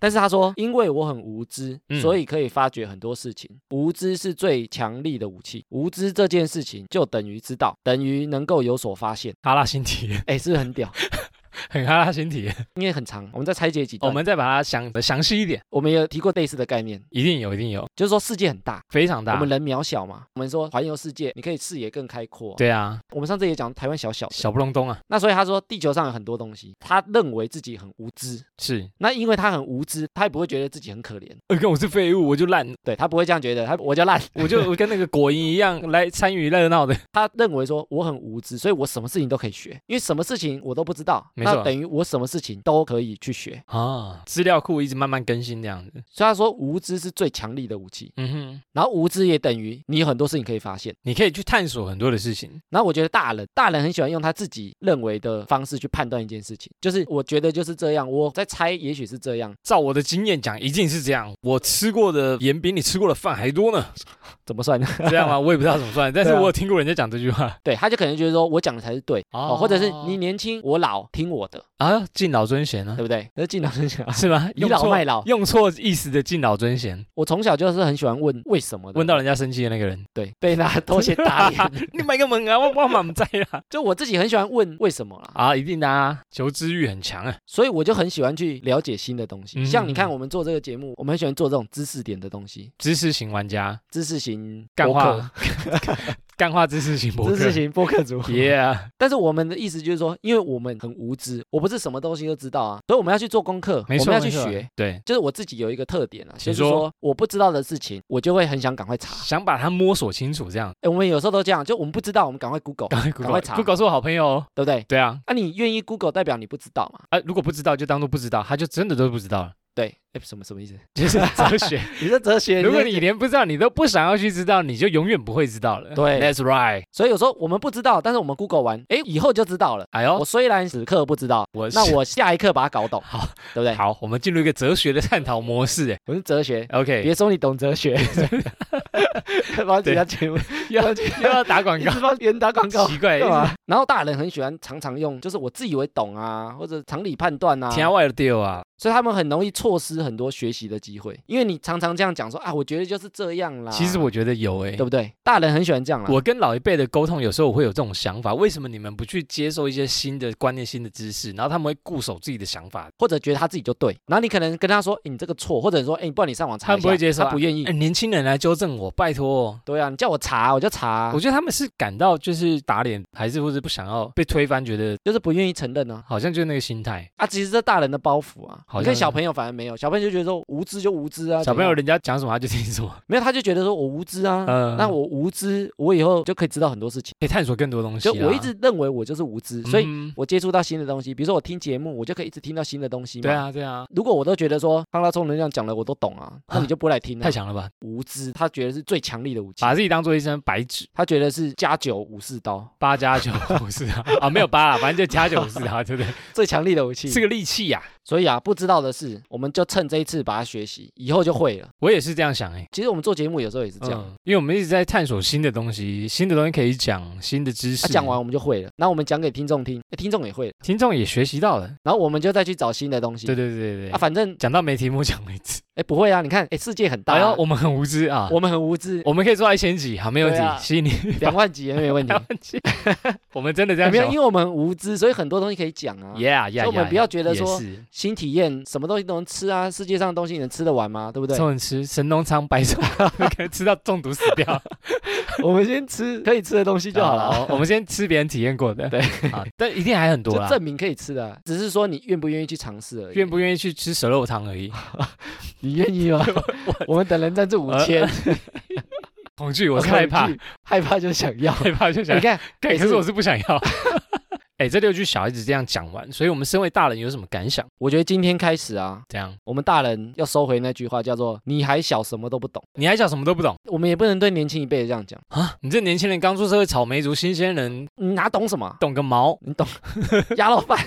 [SPEAKER 2] 但是他说，因为我很无知，
[SPEAKER 1] 嗯
[SPEAKER 2] 所以可以发掘很多事情。无知是最强力的武器。无知这件事情就等于知道，等于能够有所发现。
[SPEAKER 1] 哈拉星体，
[SPEAKER 2] 哎，是不是很屌？
[SPEAKER 1] 很哈拉星体。
[SPEAKER 2] 因为很长，我们再拆解几
[SPEAKER 1] 哦
[SPEAKER 2] 段。
[SPEAKER 1] 我们再把它详详细一点，
[SPEAKER 2] 我们也有提过类似的概念，
[SPEAKER 1] 一定有，一定有，
[SPEAKER 2] 就是说世界很大，
[SPEAKER 1] 非常大。
[SPEAKER 2] 我们人渺小嘛。我们说环游世界，你可以视野更开阔。
[SPEAKER 1] 对啊，
[SPEAKER 2] 我们上次也讲台湾小小的，
[SPEAKER 1] 小不隆咚啊，
[SPEAKER 2] 那所以他说地球上有很多东西，他认为自己很无知。”
[SPEAKER 1] 是，
[SPEAKER 2] 那因为他很无知，他也不会觉得自己很可怜，
[SPEAKER 1] 呃，跟我是废物，我就 烂，
[SPEAKER 2] 对他不会这样觉得，他我就烂，
[SPEAKER 1] 我就我跟那个果蝇一样来参与热闹的。
[SPEAKER 2] 他认为说我很无知，所以我什么事情都可以学，因为什么事情我都不知道，
[SPEAKER 1] 没错
[SPEAKER 2] 那等于我什么事情都可以去学，
[SPEAKER 1] 啊，资料库一直慢慢更新这样子。
[SPEAKER 2] 所以他说无知是最强力的武器，
[SPEAKER 1] 嗯哼，
[SPEAKER 2] 然后无知也等于你有很多事情可以发现，
[SPEAKER 1] 你可以去探索很多的事情。
[SPEAKER 2] 然后我觉得大人大人很喜欢用他自己认为的方式去判断一件事情，就是我觉得就是这样，我在猜也许是这样，
[SPEAKER 1] 照我的经验讲，一定是这样。我吃过的盐比你吃过的饭还多 呢，
[SPEAKER 2] 怎么算呢？
[SPEAKER 1] 这样吗？我也不知道怎么算，但是
[SPEAKER 2] 对啊
[SPEAKER 1] 我有听过人家讲这句话
[SPEAKER 2] 对，他就可能觉得说我讲的才是对。哦，或者是你年轻我老听我的，
[SPEAKER 1] 啊，敬老尊贤啊
[SPEAKER 2] 对，不对？ 那敬老尊贤啊，
[SPEAKER 1] 是吗？
[SPEAKER 2] 倚
[SPEAKER 1] 用
[SPEAKER 2] 老
[SPEAKER 1] 错
[SPEAKER 2] 卖老
[SPEAKER 1] 用错意思的敬老尊贤，
[SPEAKER 2] 我从小就是很喜欢问为什么的，
[SPEAKER 1] 问到人家生气的那个人，
[SPEAKER 2] 对被拿拖鞋打脸，
[SPEAKER 1] 你买个萌啊，我我满在啦。
[SPEAKER 2] 就我自己很喜欢问为什么啦，
[SPEAKER 1] 啊，一定的啊，求知欲很强啊。
[SPEAKER 2] 所以我就很喜欢去了解新的东西。
[SPEAKER 1] 嗯
[SPEAKER 2] 像你看，我们做这个节目，我们很喜欢做这种知识点的东西，
[SPEAKER 1] 知识型玩家，
[SPEAKER 2] 知识型
[SPEAKER 1] 干
[SPEAKER 2] 博
[SPEAKER 1] 话
[SPEAKER 2] 客，
[SPEAKER 1] 干话知识型博
[SPEAKER 2] 知识
[SPEAKER 1] 客
[SPEAKER 2] 型播客族。
[SPEAKER 1] ，Yeah，
[SPEAKER 2] 但是我们的意思就是说，因为我们很无知，我不是什么东西都知道啊，所以我们要去做功课，我
[SPEAKER 1] 没错，
[SPEAKER 2] 们要去
[SPEAKER 1] 没错
[SPEAKER 2] 学。，
[SPEAKER 1] 对，
[SPEAKER 2] 就是我自己有一个特点啊，就
[SPEAKER 1] 请
[SPEAKER 2] 是
[SPEAKER 1] 说
[SPEAKER 2] 说我不知道的事情，我就会很想赶快查。
[SPEAKER 1] 想把它摸索清楚，这样。
[SPEAKER 2] 哎，我们有时候都这样，就我们不知道，我们赶 快 Google，
[SPEAKER 1] 赶快
[SPEAKER 2] 快
[SPEAKER 1] Google，Google
[SPEAKER 2] 查
[SPEAKER 1] 是我好朋友哦。
[SPEAKER 2] 对不对？
[SPEAKER 1] 对啊，
[SPEAKER 2] 啊，你愿意 Google 代表你不知道嘛？
[SPEAKER 1] 啊，如果不知道就当做不知道，他就真的都不知道了，
[SPEAKER 2] 对，哎，什么什么意思？
[SPEAKER 1] 就是哲学。
[SPEAKER 2] 你是哲学
[SPEAKER 1] 如果
[SPEAKER 2] 你
[SPEAKER 1] 你连不知道你都不想要去知道，你就永远不会知道了。
[SPEAKER 2] 对
[SPEAKER 1] ，That's right。
[SPEAKER 2] 所以有时候我们不知道，但是我们 Google 完，哎，以后就知道了。哦
[SPEAKER 1] 哎
[SPEAKER 2] 我
[SPEAKER 1] 呦，
[SPEAKER 2] 虽然此刻不知道，
[SPEAKER 1] 我
[SPEAKER 2] 那
[SPEAKER 1] 呃是
[SPEAKER 2] 我下一刻把它搞懂，
[SPEAKER 1] 好，
[SPEAKER 2] 对不对？
[SPEAKER 1] 好，我们进入一个哲学的探讨模式。 哎
[SPEAKER 2] 我是哲学，
[SPEAKER 1] ，OK，
[SPEAKER 2] 别说你懂 哲学，帮人家节目
[SPEAKER 1] 又要又要打广
[SPEAKER 2] 一
[SPEAKER 1] 告，
[SPEAKER 2] 直帮别人打广告。
[SPEAKER 1] 奇怪，
[SPEAKER 2] 干嘛？然后大人很喜欢常常用，就是我自以为懂啊，或者常理判断啊，
[SPEAKER 1] 天外的丢啊！
[SPEAKER 2] 所以他们很容易错失很多学习的机会，因为你常常这样讲说啊，我觉得就是这样啦。
[SPEAKER 1] 其实我觉得有哎
[SPEAKER 2] 对，啊不啊对？大人很喜欢这样啦。
[SPEAKER 1] 我跟老一辈的沟通，有时候我会有这种想法：为什么你们不去接受一些新的观念、新的知识？然后他们会固守自己的想法。
[SPEAKER 2] 或者觉得他自己就对，然后你可能跟他说，诶你这个错，或者说，哎、不然你上网查一下，
[SPEAKER 1] 他不会接受啊
[SPEAKER 2] 他不愿意。
[SPEAKER 1] 哎，年轻人来纠正我，拜托哦、
[SPEAKER 2] 对啊，你叫我查，我就查啊、
[SPEAKER 1] 我觉得他们是感到就是打脸，还是或者不想要被推翻，觉得
[SPEAKER 2] 就是不愿意承认呢、
[SPEAKER 1] 好像就是那个心态。
[SPEAKER 2] 啊。其实这大人的包袱啊，
[SPEAKER 1] 好像
[SPEAKER 2] 你看小朋友反而没有，小朋友就觉得说无知就无知啊，
[SPEAKER 1] 小朋友
[SPEAKER 2] 怎样
[SPEAKER 1] 人家讲什么他就听什么，
[SPEAKER 2] 没有，他就觉得说我无知啊，
[SPEAKER 1] 嗯
[SPEAKER 2] 那我无知，我以后就可以知道很多事情。
[SPEAKER 1] 可以探索更多东西
[SPEAKER 2] 就
[SPEAKER 1] 啦。
[SPEAKER 2] 我一直认为我就是无知，所以
[SPEAKER 1] 啊嗯
[SPEAKER 2] 我接触到新的东西，比如说我听节目，我就可以一直听到新的东西嘛。
[SPEAKER 1] 对，啊对啊，
[SPEAKER 2] 如果我都觉得说康拉聪能这样讲了，我都 懂啊，那你就不会来听了、
[SPEAKER 1] 太强了啊吧，
[SPEAKER 2] 无知，他觉得是最强力的武器，
[SPEAKER 1] 把自己当做一张白纸。
[SPEAKER 2] 他觉得是加九武士刀。
[SPEAKER 1] 八加九不是 啊，啊没有八啦，反正就加九不是啊，对不对？
[SPEAKER 2] 最强力的武器。
[SPEAKER 1] 是个利器呀、
[SPEAKER 2] 所以啊，不知道的事，我们就趁这一次把它学习，以后就会了。
[SPEAKER 1] 我也是这样想哎、
[SPEAKER 2] 其实我们做节目有时候也是这样，
[SPEAKER 1] 嗯，因为我们一直在探索新的东西，新的东西可以讲，新的知识。
[SPEAKER 2] 啊他、讲完，我们就会了，然后我们讲给听众听，诶听众也会了，
[SPEAKER 1] 听众也学习到了。
[SPEAKER 2] 然后我们就再去找新的东西。
[SPEAKER 1] 对对对对
[SPEAKER 2] 嗯啊，
[SPEAKER 1] 对，
[SPEAKER 2] 反正
[SPEAKER 1] 讲到没题目讲为止。
[SPEAKER 2] 哎不会啊，你看哎世界很 大、
[SPEAKER 1] 哎
[SPEAKER 2] 啊
[SPEAKER 1] 呦，我们很无知啊，
[SPEAKER 2] 我们很无知，
[SPEAKER 1] 我们可以做到一千集，好，没问题
[SPEAKER 2] 对啊，
[SPEAKER 1] 吸引你。
[SPEAKER 2] 两万几也没问题。
[SPEAKER 1] 我们 真的这
[SPEAKER 2] 有
[SPEAKER 1] 样
[SPEAKER 2] 哎没有，
[SPEAKER 1] 想
[SPEAKER 2] 因为我们很无知，所以很多东西可以讲啊。
[SPEAKER 1] ？Yeah yeah，
[SPEAKER 2] 所以我们
[SPEAKER 1] yeah，
[SPEAKER 2] 不要觉得
[SPEAKER 1] 也
[SPEAKER 2] 说
[SPEAKER 1] 是
[SPEAKER 2] 新体验，什么东西都能吃啊，世界上的东西你能吃得完吗？对不对？
[SPEAKER 1] 送人吃神农尝百草，可能吃到中毒死掉
[SPEAKER 2] 我们先吃可以吃的东 西就好了，
[SPEAKER 1] 我们先吃别人体验过的，
[SPEAKER 2] 对
[SPEAKER 1] 啊，但一定还很多
[SPEAKER 2] 就
[SPEAKER 1] 啦。
[SPEAKER 2] 证明可以吃的啊，只是说你愿不愿意去尝试而已。
[SPEAKER 1] 愿不愿意去吃蛇肉汤 而已，
[SPEAKER 2] 你愿意吗？ 我们等人赞助五千， ，
[SPEAKER 1] 恐惧我是害怕，
[SPEAKER 2] 害怕就想要。
[SPEAKER 1] 害怕就想
[SPEAKER 2] 你，看，
[SPEAKER 1] 可
[SPEAKER 2] 也
[SPEAKER 1] 可
[SPEAKER 2] 哎是
[SPEAKER 1] 是我是不想要， 哎，这六句小孩子这样讲完，所以我们身为大人有什么感想？
[SPEAKER 2] 我觉得今天开始啊，
[SPEAKER 1] 这样，
[SPEAKER 2] 我们大人要收回那句话，叫做“你还小，什么都不懂
[SPEAKER 1] 你还讲什么都不懂”。
[SPEAKER 2] 我们也不能对年轻一辈的这样讲，
[SPEAKER 1] 啊？你这年轻人刚出社会，草莓族新鲜人，
[SPEAKER 2] 你哪懂什么啊？！
[SPEAKER 1] 懂个毛
[SPEAKER 2] 你懂鸭肉 饭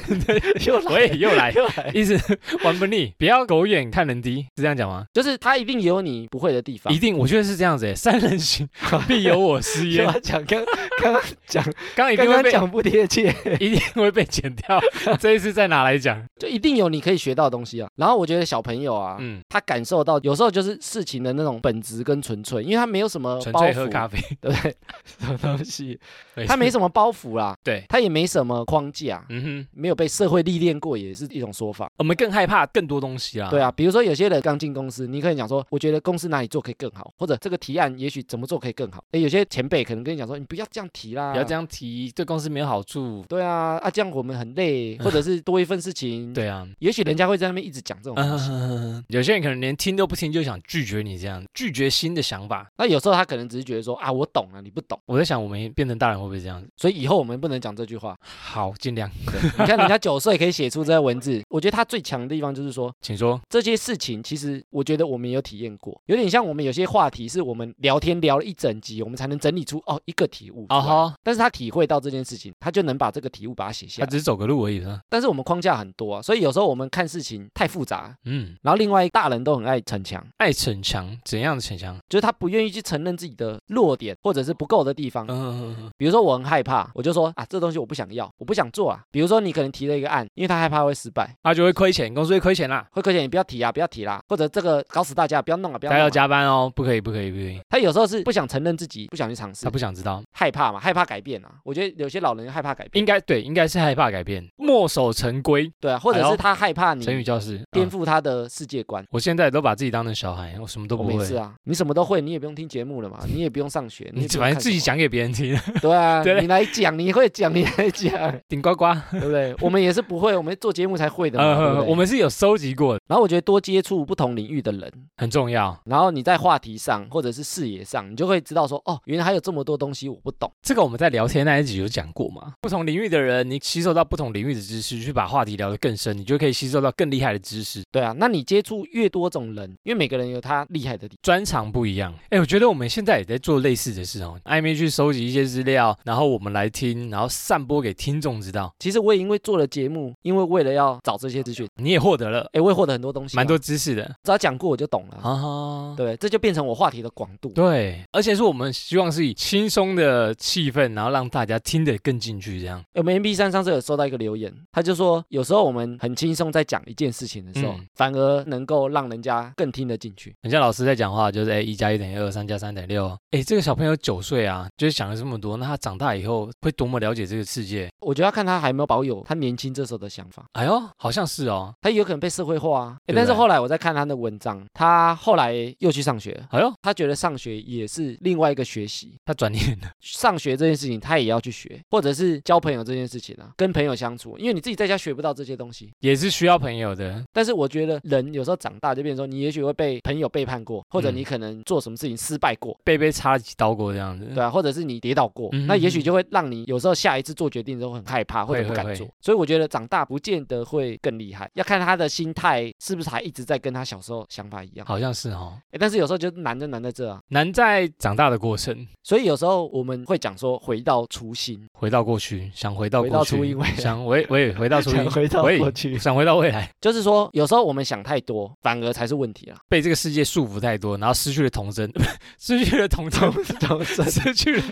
[SPEAKER 2] 又 来
[SPEAKER 1] 喂，又 来，
[SPEAKER 2] 又来，
[SPEAKER 1] 意思玩不腻，不要狗眼看人低，是这样讲吗？
[SPEAKER 2] 就是他一定也有你不会的地方
[SPEAKER 1] 一。定，我觉得是这样子诶，三人行必有我师
[SPEAKER 2] 先
[SPEAKER 1] 焉。
[SPEAKER 2] 把讲刚刚刚 讲
[SPEAKER 1] 刚刚一
[SPEAKER 2] 刚
[SPEAKER 1] 定会
[SPEAKER 2] 刚
[SPEAKER 1] 被，
[SPEAKER 2] 哎讲不贴切，
[SPEAKER 1] 一定会被剪 掉。这一次再拿来讲，
[SPEAKER 2] 就一定有你可以学到的东西啊。然后我觉得小朋友啊，
[SPEAKER 1] 嗯，
[SPEAKER 2] 他感受到有时候就是事情的那种本质跟纯粹，因为他没有什么
[SPEAKER 1] 纯
[SPEAKER 2] 包
[SPEAKER 1] 粹喝咖
[SPEAKER 2] 袱，
[SPEAKER 1] 啡，
[SPEAKER 2] 对不对？ 什么东 西，他
[SPEAKER 1] 错
[SPEAKER 2] 没什么包袱啦，
[SPEAKER 1] 对
[SPEAKER 2] 他也没什么框架。
[SPEAKER 1] 嗯哼，
[SPEAKER 2] 没有被社会历练过，也是一种说法。
[SPEAKER 1] 我们更害怕更多东西啦。
[SPEAKER 2] 对啊，比如说有些人刚进公司，你可以讲说，我觉得公司哪里做可以更好，或者这个提案也许怎么做可以更好。诶，有些前辈可能跟你讲说，你不要这样提啦，
[SPEAKER 1] 不要这样提，对公司没有好处。
[SPEAKER 2] 对啊，啊这样我们 很累，或者是多一份事情，，
[SPEAKER 1] 对啊，
[SPEAKER 2] 也许人家会在那边一直讲这种东西。
[SPEAKER 1] 嗯，有些人可能连听都不听就想拒绝你，这样拒绝新的想法。
[SPEAKER 2] 那有时候他可能只是觉得说啊，我懂了，你不懂，
[SPEAKER 1] 我在想，我们变成大人会不会这样子？
[SPEAKER 2] 所以以后我们不能讲这句话。
[SPEAKER 1] 好，尽量，
[SPEAKER 2] 你看人家九岁可以写出这些文字，我觉得他最强的地方就是说
[SPEAKER 1] 请说。
[SPEAKER 2] 这些事情，其实我觉得我们也有体验过，有点像我们有些话题是我们聊天聊了一整集，我们才能整理出哦一个体悟出来。
[SPEAKER 1] 哦吼，
[SPEAKER 2] 但是他体会到这件事情，他就能把这个体悟把它写下
[SPEAKER 1] 他
[SPEAKER 2] 来。
[SPEAKER 1] 只是走个路而已，是啊吧？
[SPEAKER 2] 但是我们框架很多啊，所以有时候我们看事情太复杂。
[SPEAKER 1] 嗯，
[SPEAKER 2] 然后另外大人都很爱逞强，
[SPEAKER 1] 爱逞强，怎样的逞强？
[SPEAKER 2] 就是他不愿意去承认自己的弱点或者是不够的地方。
[SPEAKER 1] 嗯，
[SPEAKER 2] 比如说我很害怕，我就说啊这东西我不想要，我不想做啊。比如说你可能提了一个案，因为他害怕会失败，
[SPEAKER 1] 他就会亏钱，公司会亏钱啦。
[SPEAKER 2] 会亏钱你不要提啊，不要提啦，或者这个搞死大家，不要弄啊，不要
[SPEAKER 1] 他
[SPEAKER 2] 弄
[SPEAKER 1] 要
[SPEAKER 2] 啊。
[SPEAKER 1] 加班哦，不可以，不可以，不可以。
[SPEAKER 2] 他有时候是不想承认自己，不想去尝试
[SPEAKER 1] 他，不想知道，
[SPEAKER 2] 害怕嘛，害怕改变啊。我觉得有些老人害怕改变，
[SPEAKER 1] 应该对，应该是害怕改变，墨守成规。
[SPEAKER 2] 对啊，或者
[SPEAKER 1] 哎
[SPEAKER 2] 是
[SPEAKER 1] 呦
[SPEAKER 2] 他害怕你
[SPEAKER 1] 成语教室，
[SPEAKER 2] 颠
[SPEAKER 1] 嗯嗯
[SPEAKER 2] 覆他的世界观。
[SPEAKER 1] 我现在都把自己当成小孩，哦我什么都
[SPEAKER 2] 我
[SPEAKER 1] 不
[SPEAKER 2] 们也
[SPEAKER 1] 会
[SPEAKER 2] 是。啊，你什么都会，你也不用听节目了嘛，你也不用 上学，
[SPEAKER 1] 你
[SPEAKER 2] 也不用
[SPEAKER 1] 反正
[SPEAKER 2] 看
[SPEAKER 1] 自己
[SPEAKER 2] 什么。
[SPEAKER 1] 讲给别人听，
[SPEAKER 2] 对啊，
[SPEAKER 1] 对
[SPEAKER 2] 你来讲，你会讲，你来讲，
[SPEAKER 1] 顶呱呱。
[SPEAKER 2] 对不对？我们也是不会，我们做节目才会的嘛，对不
[SPEAKER 1] 呃，
[SPEAKER 2] 对
[SPEAKER 1] 我们是有收集过的，
[SPEAKER 2] 然后我觉得多接触不同领域的人，
[SPEAKER 1] 很重要。
[SPEAKER 2] 然后你在话题上或者是视野上，你就会知道说，哦，原来还有这么多东西我不懂。
[SPEAKER 1] 这个我们在聊天那一集有讲过嘛？不同领域的人，你吸收到不同领域的知识，去把话题聊得更深，你就可以吸收到更厉害的知识。
[SPEAKER 2] 对啊，那你接触越多种人，因为每个人有他厉害的地方。
[SPEAKER 1] 专长不一样。哎，我觉得我们现在也在做类似的事哦，暧昧去收集一些资料，然后我们来听，然后散播给听众知道。
[SPEAKER 2] 其实我也因为做了节目，因为为了要找这些资讯，
[SPEAKER 1] 你也获得了
[SPEAKER 2] 哎，我也获得很多东西、
[SPEAKER 1] 蛮，多知识的
[SPEAKER 2] 只要讲过我就懂了啊。
[SPEAKER 1] 啊。
[SPEAKER 2] 对，这就变成我话题的广度。
[SPEAKER 1] 对，而且是我们希望是以轻松的气氛，然后让大家听得更进去，这样。
[SPEAKER 2] 我们 MP 三上次有收到一个留言，他就说，有时候我们很轻松在讲一件事情的时候，
[SPEAKER 1] 嗯
[SPEAKER 2] 反而能够让人家更听得进去。
[SPEAKER 1] 很像老师在讲话，就是哎，一加一等于二，三加三等于六。哎，这个小朋友九岁啊，就是想了这么多，那他长大以后会多么了解这个世界？
[SPEAKER 2] 我觉得要看他还有没有保有他年轻这时候的想法，
[SPEAKER 1] 哎呦，好像是哦。
[SPEAKER 2] 他也有可能被社会化啊。诶
[SPEAKER 1] 对
[SPEAKER 2] 但是
[SPEAKER 1] 不对
[SPEAKER 2] 后来我在看他的文章，他后来又去上学了，
[SPEAKER 1] 哎呦，
[SPEAKER 2] 他觉得上学也是另外一个学习，
[SPEAKER 1] 他转念了，
[SPEAKER 2] 上学这件事情他也要去学，或者是交朋友这件事情啊，跟朋友相处，因为你自己在家学不到这些东西。
[SPEAKER 1] 也是需要朋友的。
[SPEAKER 2] 但是我觉得人有时候长大就变成说，你也许会被朋友背叛过，或者
[SPEAKER 1] 嗯
[SPEAKER 2] 你可能做什么事情失败过，
[SPEAKER 1] 被被插几刀过这样子。
[SPEAKER 2] 对啊，或者是你跌倒过，
[SPEAKER 1] 嗯
[SPEAKER 2] 那也
[SPEAKER 1] 嗯
[SPEAKER 2] 许
[SPEAKER 1] 嗯
[SPEAKER 2] 就会让你有时候下一次做决定的时候很害怕或者
[SPEAKER 1] 会
[SPEAKER 2] 不
[SPEAKER 1] 会
[SPEAKER 2] 敢
[SPEAKER 1] 会
[SPEAKER 2] 做。所以我觉得长大不见得会更厉害，要看他的心态是不是还一直在跟他小时候想法一样。
[SPEAKER 1] 好像是哦，
[SPEAKER 2] 诶但是有时候就难就难在这啊，
[SPEAKER 1] 难在长大的过程，
[SPEAKER 2] 所以有时候我们会讲说回到初心，
[SPEAKER 1] 回到过去，想回到
[SPEAKER 2] 回
[SPEAKER 1] 过去，
[SPEAKER 2] 到初音未来
[SPEAKER 1] 想回回回到初音，
[SPEAKER 2] 回到
[SPEAKER 1] 喂
[SPEAKER 2] 过去，
[SPEAKER 1] 想回到未来，
[SPEAKER 2] 就是说有时候我们想太多，反而才是问题啊。
[SPEAKER 1] 被这个世界束缚太多，然后失去了童真， 失去了童真，
[SPEAKER 2] 童 真
[SPEAKER 1] 失去了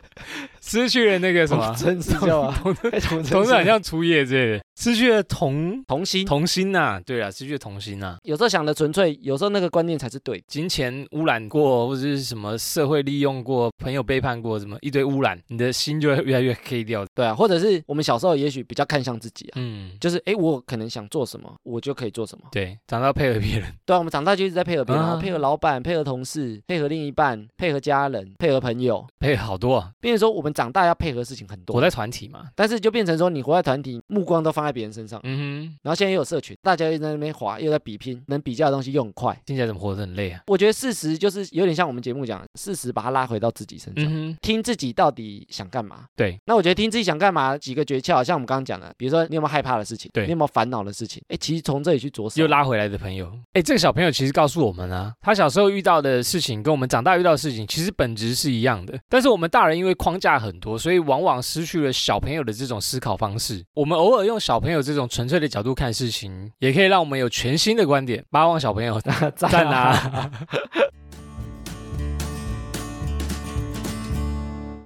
[SPEAKER 1] 失去了那个什么
[SPEAKER 2] 童，真是叫啊，
[SPEAKER 1] 童
[SPEAKER 2] 诶
[SPEAKER 1] 童
[SPEAKER 2] 童
[SPEAKER 1] 真好
[SPEAKER 2] 是
[SPEAKER 1] 像初夜之类的，失去了童
[SPEAKER 2] 童心。
[SPEAKER 1] 童心呐、对啊，失去了童心呐、
[SPEAKER 2] 有时候想的纯粹，有时候那个观念才是对的。
[SPEAKER 1] 金钱污染过，或者是什么社会利用过，朋友背叛过，什么一堆污染，你的心就会越来越黑掉。
[SPEAKER 2] 对啊，或者是我们小时候也许比较看向自己啊，
[SPEAKER 1] 嗯，
[SPEAKER 2] 就是诶，我可能想做什么，我就可以做什么。
[SPEAKER 1] 对，长大配合别人，
[SPEAKER 2] 对啊，我们长大就一直在配合别人啊，
[SPEAKER 1] 啊
[SPEAKER 2] 配合老板、配合同事、配合另一半、配合家人、配合朋友。
[SPEAKER 1] 配合好多、啊，
[SPEAKER 2] 变成说我们长大要配合的事情很
[SPEAKER 1] 活
[SPEAKER 2] 多，
[SPEAKER 1] 在团体嘛，
[SPEAKER 2] 但是就变成说你活在团体，目光都放在在别人身上。
[SPEAKER 1] 嗯哼，
[SPEAKER 2] 然后现在又有社群，大家又在那边划，又在比拼，能比较的东西又很快。
[SPEAKER 1] 听起来怎么活得很累啊？
[SPEAKER 2] 我觉得事实就是有点像我们节目讲，事实把它拉回到自己身上。
[SPEAKER 1] 嗯哼，
[SPEAKER 2] 听自己到底想干嘛？
[SPEAKER 1] 对，
[SPEAKER 2] 那我觉得听自己想干嘛几个诀窍，像我们刚刚讲的，比如说你有没有害怕的事情，
[SPEAKER 1] 对
[SPEAKER 2] 你有没有烦恼的事情？哎，其实从这里去着手，
[SPEAKER 1] 又拉回来的朋友，哎，这个小朋友其实告诉我们啊，他小时候遇到的事情跟我们长大遇到的事情其实本质是一样的，但是我们大人因为框架很多，所以往往失去了小朋友的这种思考方式。我们偶尔用小朋友这种纯粹的角度看事情，也可以让我们有全新的观点。巴望小朋友赞 啊！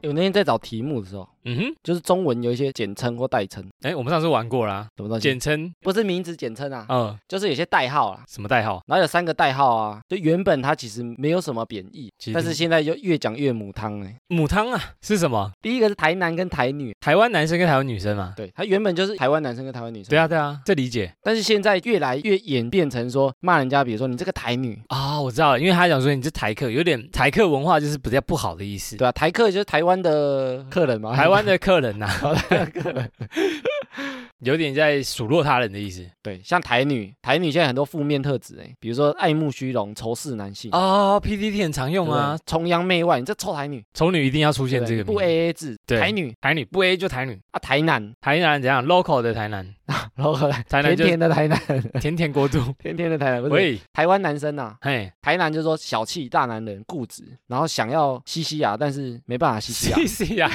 [SPEAKER 2] 诶我那天在找题目的时候，
[SPEAKER 1] 嗯哼，
[SPEAKER 2] 就是中文有一些简称或代称，
[SPEAKER 1] 哎，我们上次玩过啦，
[SPEAKER 2] 什么东西？
[SPEAKER 1] 简称，
[SPEAKER 2] 不是名字简称啊，
[SPEAKER 1] 嗯，
[SPEAKER 2] 就是有些代号啊。
[SPEAKER 1] 什么代号？
[SPEAKER 2] 然后有三个代号啊，就原本它其实没有什么贬义
[SPEAKER 1] 其实，
[SPEAKER 2] 但是现在就越讲越母汤哎、
[SPEAKER 1] 母汤啊，是什么？
[SPEAKER 2] 第一个是台男跟台女，
[SPEAKER 1] 台湾男生跟台湾女生嘛？
[SPEAKER 2] 对，它原本就是台湾男生跟台湾女生，
[SPEAKER 1] 对啊，对啊，这理解
[SPEAKER 2] 但是现在越来越演变成说骂人家，比如说你这个台女，
[SPEAKER 1] 啊、我知道了，因为他想说你这台客，有点台客文化就是比较不好的意思。
[SPEAKER 2] 对啊，台客就是台湾的客人嘛，
[SPEAKER 1] 台湾的客人呐、
[SPEAKER 2] 客人。
[SPEAKER 1] 有点在数落他人的意思
[SPEAKER 2] 对，像台女，台女现在很多负面特质哎，比如说爱慕虚荣、仇视男性，
[SPEAKER 1] 哦。PDT 很常
[SPEAKER 2] 对
[SPEAKER 1] 用
[SPEAKER 2] 不对
[SPEAKER 1] 啊，
[SPEAKER 2] 崇洋媚外，你这臭台女，
[SPEAKER 1] 丑女一定要出
[SPEAKER 2] 对
[SPEAKER 1] 现
[SPEAKER 2] 不
[SPEAKER 1] 这
[SPEAKER 2] 对
[SPEAKER 1] 个
[SPEAKER 2] 不
[SPEAKER 1] 名字
[SPEAKER 2] A A 制，
[SPEAKER 1] 对
[SPEAKER 2] 台女
[SPEAKER 1] 台女不 A 就台女，
[SPEAKER 2] 啊，台 男，
[SPEAKER 1] 台南怎样？local 的台南，
[SPEAKER 2] 然后后来
[SPEAKER 1] 台南
[SPEAKER 2] 甜
[SPEAKER 1] 就
[SPEAKER 2] 甜的台男，
[SPEAKER 1] 甜甜国度。
[SPEAKER 2] 甜甜的台男，不是
[SPEAKER 1] 喂，
[SPEAKER 2] 台湾男生呐，
[SPEAKER 1] 嘿，
[SPEAKER 2] 台男就是说小气、大男人、固执，然后想要西西雅，但是没办法西西雅
[SPEAKER 1] 西。西啊，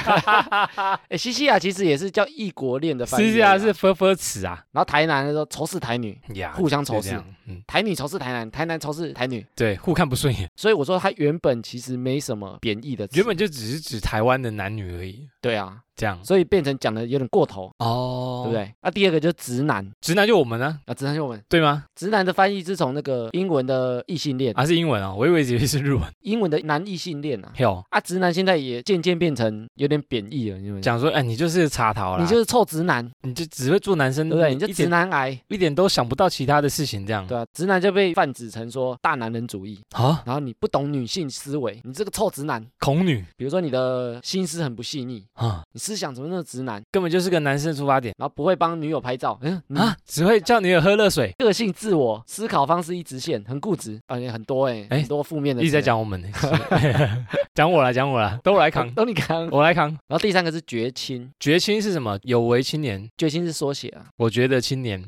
[SPEAKER 2] 哎，西西雅其实也是叫异国恋的翻译而
[SPEAKER 1] 西
[SPEAKER 2] 已
[SPEAKER 1] 西
[SPEAKER 2] 啦
[SPEAKER 1] 啊是，分分词啊，
[SPEAKER 2] 然后台男就说仇视台女，
[SPEAKER 1] 呀，
[SPEAKER 2] 互相仇
[SPEAKER 1] 就这
[SPEAKER 2] 视
[SPEAKER 1] 样，，嗯，
[SPEAKER 2] 台女仇视台男，台男仇视台女，
[SPEAKER 1] 对，互看不顺眼，
[SPEAKER 2] 所以我说他原本其实没什么贬义的词，
[SPEAKER 1] 原本就只是指台湾的男女而已，
[SPEAKER 2] 对啊，
[SPEAKER 1] 这样
[SPEAKER 2] 所以变成讲的有点过头，
[SPEAKER 1] 哦
[SPEAKER 2] 对不？对？那、第二个就是直男
[SPEAKER 1] 直男就我们呢，
[SPEAKER 2] 啊，直男就我们
[SPEAKER 1] 对吗？
[SPEAKER 2] 直男的翻译是从那个英文的异性恋，
[SPEAKER 1] 啊，是英文啊，我以为只是日文。
[SPEAKER 2] 英文的男异性恋啊，
[SPEAKER 1] 哟，
[SPEAKER 2] 啊，直男现在也渐渐变成有点贬义了，你们
[SPEAKER 1] 讲说，哎，你就是茶桃啦，
[SPEAKER 2] 你就是臭直男，
[SPEAKER 1] 你就只会做男生，
[SPEAKER 2] 对不对？你就
[SPEAKER 1] 一
[SPEAKER 2] 直
[SPEAKER 1] 点
[SPEAKER 2] 男癌，
[SPEAKER 1] 一点都想不到其他的事情，这样
[SPEAKER 2] 对啊，直男就被泛指成说大男人主义，
[SPEAKER 1] 啊，
[SPEAKER 2] 然后你不懂女性思维，你这个臭直男。
[SPEAKER 1] 恐女
[SPEAKER 2] 比如说你的心思很不细腻，
[SPEAKER 1] 啊，
[SPEAKER 2] 你思想怎么那么直男，
[SPEAKER 1] 根本就是个男生的出发点
[SPEAKER 2] 然后不会帮女友拍照，嗯，你
[SPEAKER 1] 啊，只会叫女友喝热水，
[SPEAKER 2] 个性、自我、思考方式一直线，很固执，啊，也很多哎、
[SPEAKER 1] 哎
[SPEAKER 2] 很多负面的
[SPEAKER 1] 一
[SPEAKER 2] 词，
[SPEAKER 1] 直在讲我们， 讲我啦，讲我啦，都我来扛
[SPEAKER 2] 哦，，都你扛。
[SPEAKER 1] 我来扛。
[SPEAKER 2] 然后第三个是绝亲，
[SPEAKER 1] 绝青是什么？有为青年，
[SPEAKER 2] 绝亲是缩写啊，
[SPEAKER 1] 我觉得青年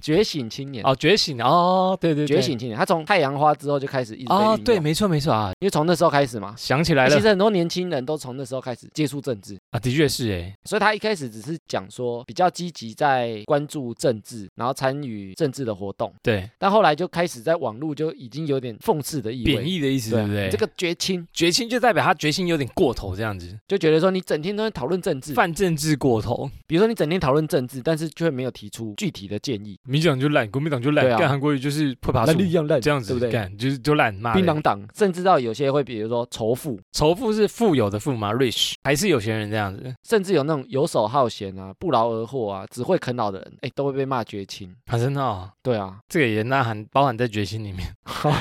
[SPEAKER 2] 觉醒青年，
[SPEAKER 1] 哦，觉醒哦，对对对，
[SPEAKER 2] 觉醒青年，他从太阳花之后就开始一直被
[SPEAKER 1] 哦，
[SPEAKER 2] 运
[SPEAKER 1] 对，
[SPEAKER 2] 用
[SPEAKER 1] 没错没错啊，
[SPEAKER 2] 因为从那时候开始嘛，
[SPEAKER 1] 想起来
[SPEAKER 2] 其
[SPEAKER 1] 了
[SPEAKER 2] 实很多年轻人都从那时候开始接触政治，
[SPEAKER 1] 啊，的确是哎，
[SPEAKER 2] 所以他一开始只是讲说比较积极在关注政治，然后参与政治的活动，
[SPEAKER 1] 对，
[SPEAKER 2] 但后来就开始在网络就已经有点讽刺的意
[SPEAKER 1] 贬
[SPEAKER 2] 味。
[SPEAKER 1] 义的意思对
[SPEAKER 2] 啊
[SPEAKER 1] 不对？
[SPEAKER 2] 你这个绝亲
[SPEAKER 1] 绝青就代表他决心有点过头，这样子，
[SPEAKER 2] 就觉得说你整天都在讨论政治，
[SPEAKER 1] 犯政治过头，
[SPEAKER 2] 比如说你整天讨论政治，但是却没有提出具体的建议，
[SPEAKER 1] 民进党就烂，国民党就烂，
[SPEAKER 2] 对啊
[SPEAKER 1] 干韩国瑜就是会爬树，
[SPEAKER 2] 样烂
[SPEAKER 1] 这样子
[SPEAKER 2] 对不对？
[SPEAKER 1] 干就是就烂骂
[SPEAKER 2] 槟
[SPEAKER 1] 人。
[SPEAKER 2] 榔党，甚至到有些会，比如说仇富，
[SPEAKER 1] 仇富是富有的富吗？rich 还是有钱人这样子？
[SPEAKER 2] 甚至有那种游手好闲啊、不劳而获啊、只会啃老的人，哎，都会被骂绝亲。
[SPEAKER 1] 啊，真的、哦，
[SPEAKER 2] 对 啊，
[SPEAKER 1] 这个也那含包含在决心里 面，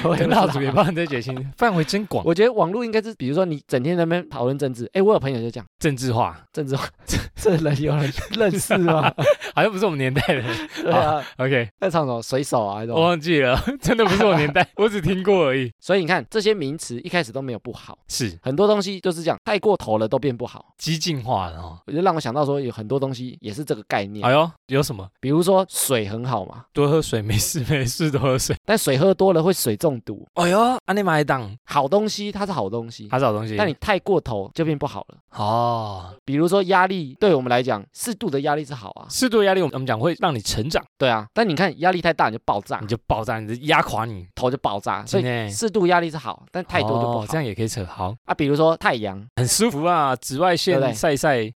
[SPEAKER 2] 我
[SPEAKER 1] 跟蜡啊烛也包含在决心， 范围真广，
[SPEAKER 2] 我觉得网络应该是，比如说你整天在那边讨论政治，哎，我有朋友就这样，
[SPEAKER 1] 政治化，
[SPEAKER 2] 政治 这人有人认识吗？
[SPEAKER 1] 好像不是我们年代的 人。
[SPEAKER 2] 对啊，
[SPEAKER 1] OK，
[SPEAKER 2] 在唱什么水手啊，那
[SPEAKER 1] 我
[SPEAKER 2] 种。
[SPEAKER 1] 忘记了， 真的不是我年 代，我只听过而已。
[SPEAKER 2] 所以你看这些名词一开始都没有不好，
[SPEAKER 1] 是
[SPEAKER 2] 很多东西就是这样，太过头了都变不好。
[SPEAKER 1] 激进化了哦。
[SPEAKER 2] 我就让我想到说，有很多东西也是这个概念
[SPEAKER 1] 哎，呦，有什么？
[SPEAKER 2] 比如说水很好嘛，
[SPEAKER 1] 多喝水，没事没事，多喝水。
[SPEAKER 2] 但水喝多了会水中毒。
[SPEAKER 1] 哎呦，安内玛一档，
[SPEAKER 2] 好东西它是好东西，
[SPEAKER 1] 他找东西。
[SPEAKER 2] 但你太过头就变不好了。
[SPEAKER 1] 哦，
[SPEAKER 2] 比如说压力，对我们来讲，适度的压力是好啊，
[SPEAKER 1] 适度的压力，我们讲会让你成长，
[SPEAKER 2] 对啊。但你看压力太大你就爆炸
[SPEAKER 1] 你，就爆炸，你就压垮你。
[SPEAKER 2] 头就爆炸，
[SPEAKER 1] 真
[SPEAKER 2] 所以
[SPEAKER 1] 的欸
[SPEAKER 2] 适度压力是好，但太多就不好。
[SPEAKER 1] 哦这样也可以扯。好，
[SPEAKER 2] 啊，比如说太阳，
[SPEAKER 1] 很舒服啊，紫外
[SPEAKER 2] 对
[SPEAKER 1] 线
[SPEAKER 2] 不对
[SPEAKER 1] 晒一 晒，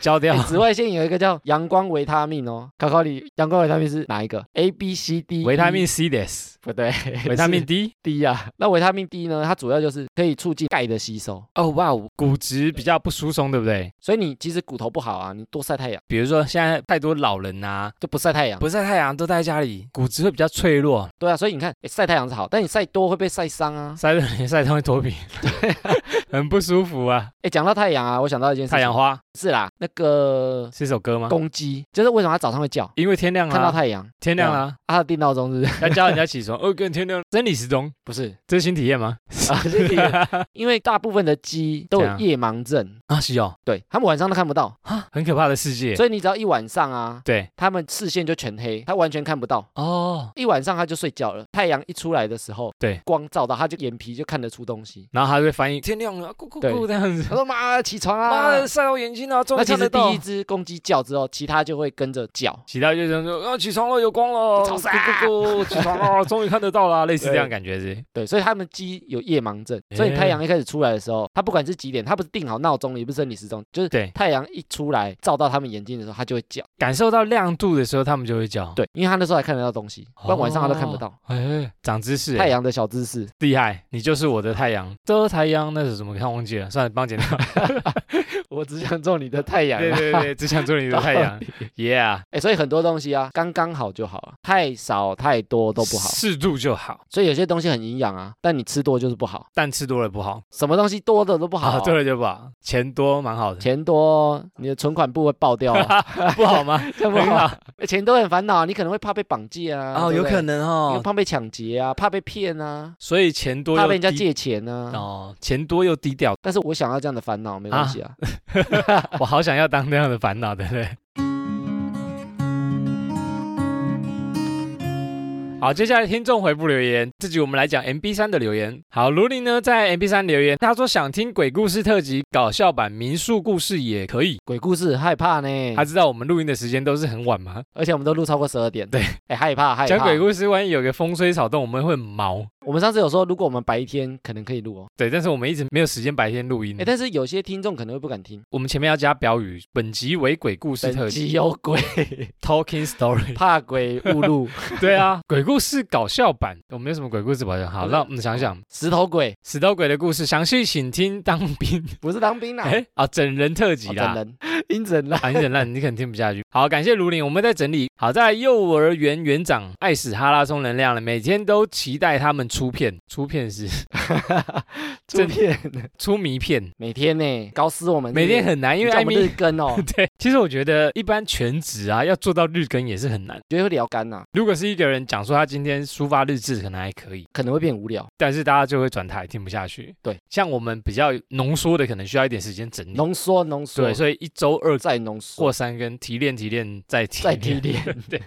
[SPEAKER 1] 焦掉
[SPEAKER 2] 哎。紫外线有一个叫阳光维他命哦，考考你，阳光维他命是哪一个？A、B、C、D？
[SPEAKER 1] 维他命
[SPEAKER 2] E
[SPEAKER 1] C 的是，
[SPEAKER 2] 不对，
[SPEAKER 1] 维他命
[SPEAKER 2] 是
[SPEAKER 1] D。
[SPEAKER 2] D 啊。那维他命 D 呢？它主要就是可以促进钙的吸收，
[SPEAKER 1] 哦，哇，骨质比较不疏松，对不对？
[SPEAKER 2] 所以你其实骨头不好啊，你多晒太阳
[SPEAKER 1] 比如说现在太多老人啊，
[SPEAKER 2] 就不晒太阳，
[SPEAKER 1] 不晒太阳，都待在家里，骨质会比较脆弱，
[SPEAKER 2] 对啊。所以你看，哎晒太阳是好，但你晒多会被晒伤啊。
[SPEAKER 1] 晒 热连晒都会脱皮，很不舒服啊。
[SPEAKER 2] 哎，讲到太阳啊，我想到一件事情，
[SPEAKER 1] 太阳花
[SPEAKER 2] 是啦，那个
[SPEAKER 1] 是这首歌吗？
[SPEAKER 2] 公鸡，就是为什么它早上会叫？
[SPEAKER 1] 因为天亮
[SPEAKER 2] 看到
[SPEAKER 1] 了，
[SPEAKER 2] 太阳，
[SPEAKER 1] 天亮了，
[SPEAKER 2] 啊，它的定闹钟是不是？
[SPEAKER 1] 要叫人家起床。哦，跟天亮，生理时钟，
[SPEAKER 2] 不是
[SPEAKER 1] 这是新体验吗？
[SPEAKER 2] 啊，是这个因为大部分的鸡都
[SPEAKER 1] 这
[SPEAKER 2] 有
[SPEAKER 1] 样
[SPEAKER 2] 夜盲症，
[SPEAKER 1] 啊，是哦，
[SPEAKER 2] 对，它们晚上都看不到，
[SPEAKER 1] 很可怕的世界。
[SPEAKER 2] 啊所以你只要一晚上啊，
[SPEAKER 1] 对，
[SPEAKER 2] 它们视线就全黑，它完全看不到。
[SPEAKER 1] 哦，
[SPEAKER 2] 一晚上它就睡觉了，太阳一出来的时候，
[SPEAKER 1] 对，
[SPEAKER 2] 光照到它就眼皮就看得出东 西。
[SPEAKER 1] 然后他就会翻译天亮了，咕咕咕
[SPEAKER 2] 对
[SPEAKER 1] 这样
[SPEAKER 2] 他
[SPEAKER 1] 子。
[SPEAKER 2] 说：“ 妈，起床
[SPEAKER 1] 妈
[SPEAKER 2] 啊
[SPEAKER 1] 的，晒到眼睛啊，！”终
[SPEAKER 2] 那
[SPEAKER 1] 于
[SPEAKER 2] 其
[SPEAKER 1] 看
[SPEAKER 2] 实
[SPEAKER 1] 得
[SPEAKER 2] 第
[SPEAKER 1] 到
[SPEAKER 2] 一。只公鸡叫之后，其他就会跟着叫。
[SPEAKER 1] 其他就是说，啊，起床了，有光了，
[SPEAKER 2] 吵
[SPEAKER 1] 咕
[SPEAKER 2] 死
[SPEAKER 1] 咕咕，起床 了，终于看得到啦，类似这样
[SPEAKER 2] 对
[SPEAKER 1] 感觉是。
[SPEAKER 2] 对，所以他们鸡有夜盲症，
[SPEAKER 1] 诶
[SPEAKER 2] 所以太阳一开始出来的时候，它不管是几点，它不是定好闹钟，也不是生理时钟，就是
[SPEAKER 1] 对
[SPEAKER 2] 太阳一出来照到他们眼睛的时候，它就会叫。
[SPEAKER 1] 感受到亮度的时候，他们就会叫。，
[SPEAKER 2] 对，因为它那时候还看得到东西，不然晚上它都看不到。
[SPEAKER 1] 哎，长知识欸，
[SPEAKER 2] 太阳的小知识，
[SPEAKER 1] 厉害，你就是我的太阳。遮太阳那是什么？看忘记了，算了，帮我剪掉。
[SPEAKER 2] 我只想做你的太阳、啊。
[SPEAKER 1] 对对对，只想做你的太 阳。Yeah，
[SPEAKER 2] 哎，所以很多东西啊，刚刚好就好啊，太少太多都不好。
[SPEAKER 1] 适度就好，
[SPEAKER 2] 所以有些东西很营养啊，但你吃多就是不好，
[SPEAKER 1] 但吃多了不好，
[SPEAKER 2] 什么东西多的都不好、哦
[SPEAKER 1] 啊，多了就不好。钱多蛮好的，
[SPEAKER 2] 钱多，你的存款部会爆掉、啊，
[SPEAKER 1] 不好吗？
[SPEAKER 2] 这样不
[SPEAKER 1] 很
[SPEAKER 2] 好。哎
[SPEAKER 1] 好。哦
[SPEAKER 2] 钱多很烦恼，你可能会怕被绑架啊，对不对，
[SPEAKER 1] 能
[SPEAKER 2] 你会。怕被抢劫啊，怕被骗啊，
[SPEAKER 1] 所以钱多
[SPEAKER 2] 怕
[SPEAKER 1] 又
[SPEAKER 2] 被人家
[SPEAKER 1] 低
[SPEAKER 2] 借钱啊。
[SPEAKER 1] 哦，钱多又低调，
[SPEAKER 2] 但是我想要这样的烦恼没关系啊，
[SPEAKER 1] 我好想要当那样的烦恼，对不对？好，接下来听众回复留言，这集我们来讲 MB 三的留言。好，卢林呢在 MB 三留言，他说想听鬼故事特辑，搞笑版民宿故事也可以。
[SPEAKER 2] 鬼故事害怕呢，
[SPEAKER 1] 他知道我们录音的时间都是很晚嘛，
[SPEAKER 2] 而且我们都录超过十二点，
[SPEAKER 1] 对，
[SPEAKER 2] 哎，害怕害
[SPEAKER 1] 讲
[SPEAKER 2] 怕
[SPEAKER 1] 鬼。故事万一有个风吹草动，我们会很毛。
[SPEAKER 2] 我们上次有说，如果我们白天可能可以录哦，
[SPEAKER 1] 对，但是我们一直没有时间白天录音
[SPEAKER 2] 哎，。但是有些听众可能会不敢听，
[SPEAKER 1] 我们前面要加标语，本集为鬼故事特
[SPEAKER 2] 本
[SPEAKER 1] 辑
[SPEAKER 2] 集有鬼，
[SPEAKER 1] ，Talking Story。
[SPEAKER 2] 怕鬼勿录，
[SPEAKER 1] 对啊，鬼故事搞笑版，我们有什么鬼故事搞笑？好，
[SPEAKER 2] 不是
[SPEAKER 1] 那我们想想，
[SPEAKER 2] 石头鬼
[SPEAKER 1] 死斗鬼的故事，详细请听当兵
[SPEAKER 2] 不是当兵 啦，
[SPEAKER 1] 哎啊整人特辑
[SPEAKER 2] 哦
[SPEAKER 1] 啦
[SPEAKER 2] 整。人， 阴整啦，
[SPEAKER 1] 啊，你忍烂， 你可能听不下去。好，感谢卢林，我们在整理。好在幼儿园园长爱死哈拉松能量了，每天都期待他们出片，出片是
[SPEAKER 2] 出片，
[SPEAKER 1] 出迷片，
[SPEAKER 2] 每天呢搞死我们，
[SPEAKER 1] 每天很难，因为艾
[SPEAKER 2] 我们日
[SPEAKER 1] 米。
[SPEAKER 2] 更哦，
[SPEAKER 1] 对， 其实我觉得一般全职啊，要做到日更也是很难。
[SPEAKER 2] 觉得会聊干呐，
[SPEAKER 1] 如果是一个人讲说他今天抒发日志，可能还可以，
[SPEAKER 2] 可能会变无聊。
[SPEAKER 1] 但是大家就会转台听不下去。
[SPEAKER 2] 对，
[SPEAKER 1] 像我们比较浓缩的，可能需要一点时间整理。
[SPEAKER 2] 浓缩浓
[SPEAKER 1] 嗯
[SPEAKER 2] 缩，
[SPEAKER 1] 对，所以一周二
[SPEAKER 2] 再浓缩，
[SPEAKER 1] 或三更提炼提炼再提
[SPEAKER 2] 再提炼。
[SPEAKER 1] 对，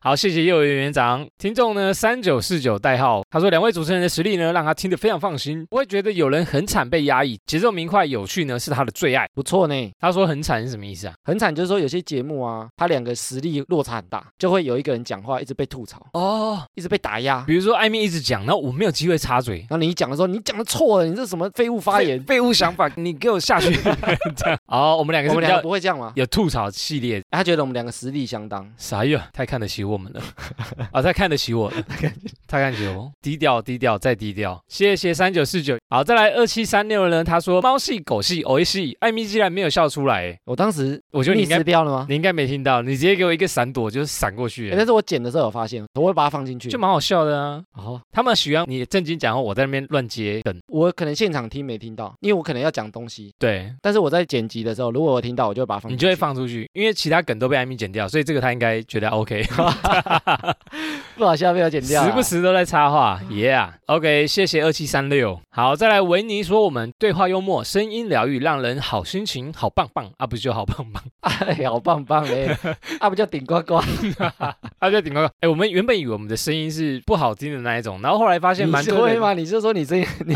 [SPEAKER 1] 好，谢谢幼儿园园长。听众呢，三九四九代号，他说两位主持人的实力呢，让他听得非常放心，不会觉得有人很惨被压抑，节奏明快有趣呢是他的最爱。
[SPEAKER 2] 不错呢。
[SPEAKER 1] 他说很惨是什么意思啊？
[SPEAKER 2] 很惨，就是说有些节目啊，他两个实力落差很大，就会有一个人讲话一直被吐槽，
[SPEAKER 1] 哦，
[SPEAKER 2] 一直被打压。
[SPEAKER 1] 比如说艾米一直讲，然后我没有机会插嘴。
[SPEAKER 2] 然后你一讲的时候，你讲的错了，你这什么废物发言？
[SPEAKER 1] 废物想法，你给我下去。 这样，哦，我们两个
[SPEAKER 2] 我
[SPEAKER 1] 是
[SPEAKER 2] 们
[SPEAKER 1] 比
[SPEAKER 2] 两个
[SPEAKER 1] 较
[SPEAKER 2] 不会这样吗？
[SPEAKER 1] 有吐槽系列，
[SPEAKER 2] 他觉得我们两个实力相当，
[SPEAKER 1] 啥呀？太看得起我 们了啊！太看得起我了，太看得起我，低调低调再低调。谢谢三九四九。好，再来二七三六呢？他说猫系狗系偶系，艾米竟然没有笑出来，
[SPEAKER 2] 我当时
[SPEAKER 1] 我觉得你
[SPEAKER 2] 你
[SPEAKER 1] 应该
[SPEAKER 2] 死掉了吗？
[SPEAKER 1] 你应该没听到，你直接给我一个闪躲，就是闪过去
[SPEAKER 2] 欸
[SPEAKER 1] 了，
[SPEAKER 2] 但是我剪的时候有发现，我会把它放进去。
[SPEAKER 1] 就蛮好笑的啊。
[SPEAKER 2] 哦，
[SPEAKER 1] 他们喜欢你正经讲话，我在那边乱接梗。
[SPEAKER 2] 我可能现场听没听到，因为我可能要讲东西，
[SPEAKER 1] 对，
[SPEAKER 2] 但是我在剪辑的时候，如果我听到，我就会把它放。
[SPEAKER 1] 你就会，放出去，因为其他梗都被艾米剪掉，所以这个他应该觉得 OK。
[SPEAKER 2] 不好笑被我剪掉啊。
[SPEAKER 1] 时不时都在插话，Yeah，OK，、谢谢二七三六。好，再来维尼说我们对话幽默，声音疗愈，让人好心情，好棒棒啊，不是就好棒 棒？
[SPEAKER 2] 哎呀，好棒棒哎，啊不叫顶呱呱，
[SPEAKER 1] 啊，对，顶呱呱。哎，我们原本以为我们的声音是不好听的那一种，然后后来发现蛮
[SPEAKER 2] 你
[SPEAKER 1] 多
[SPEAKER 2] 会
[SPEAKER 1] 人，
[SPEAKER 2] 吗？你就说你声音，你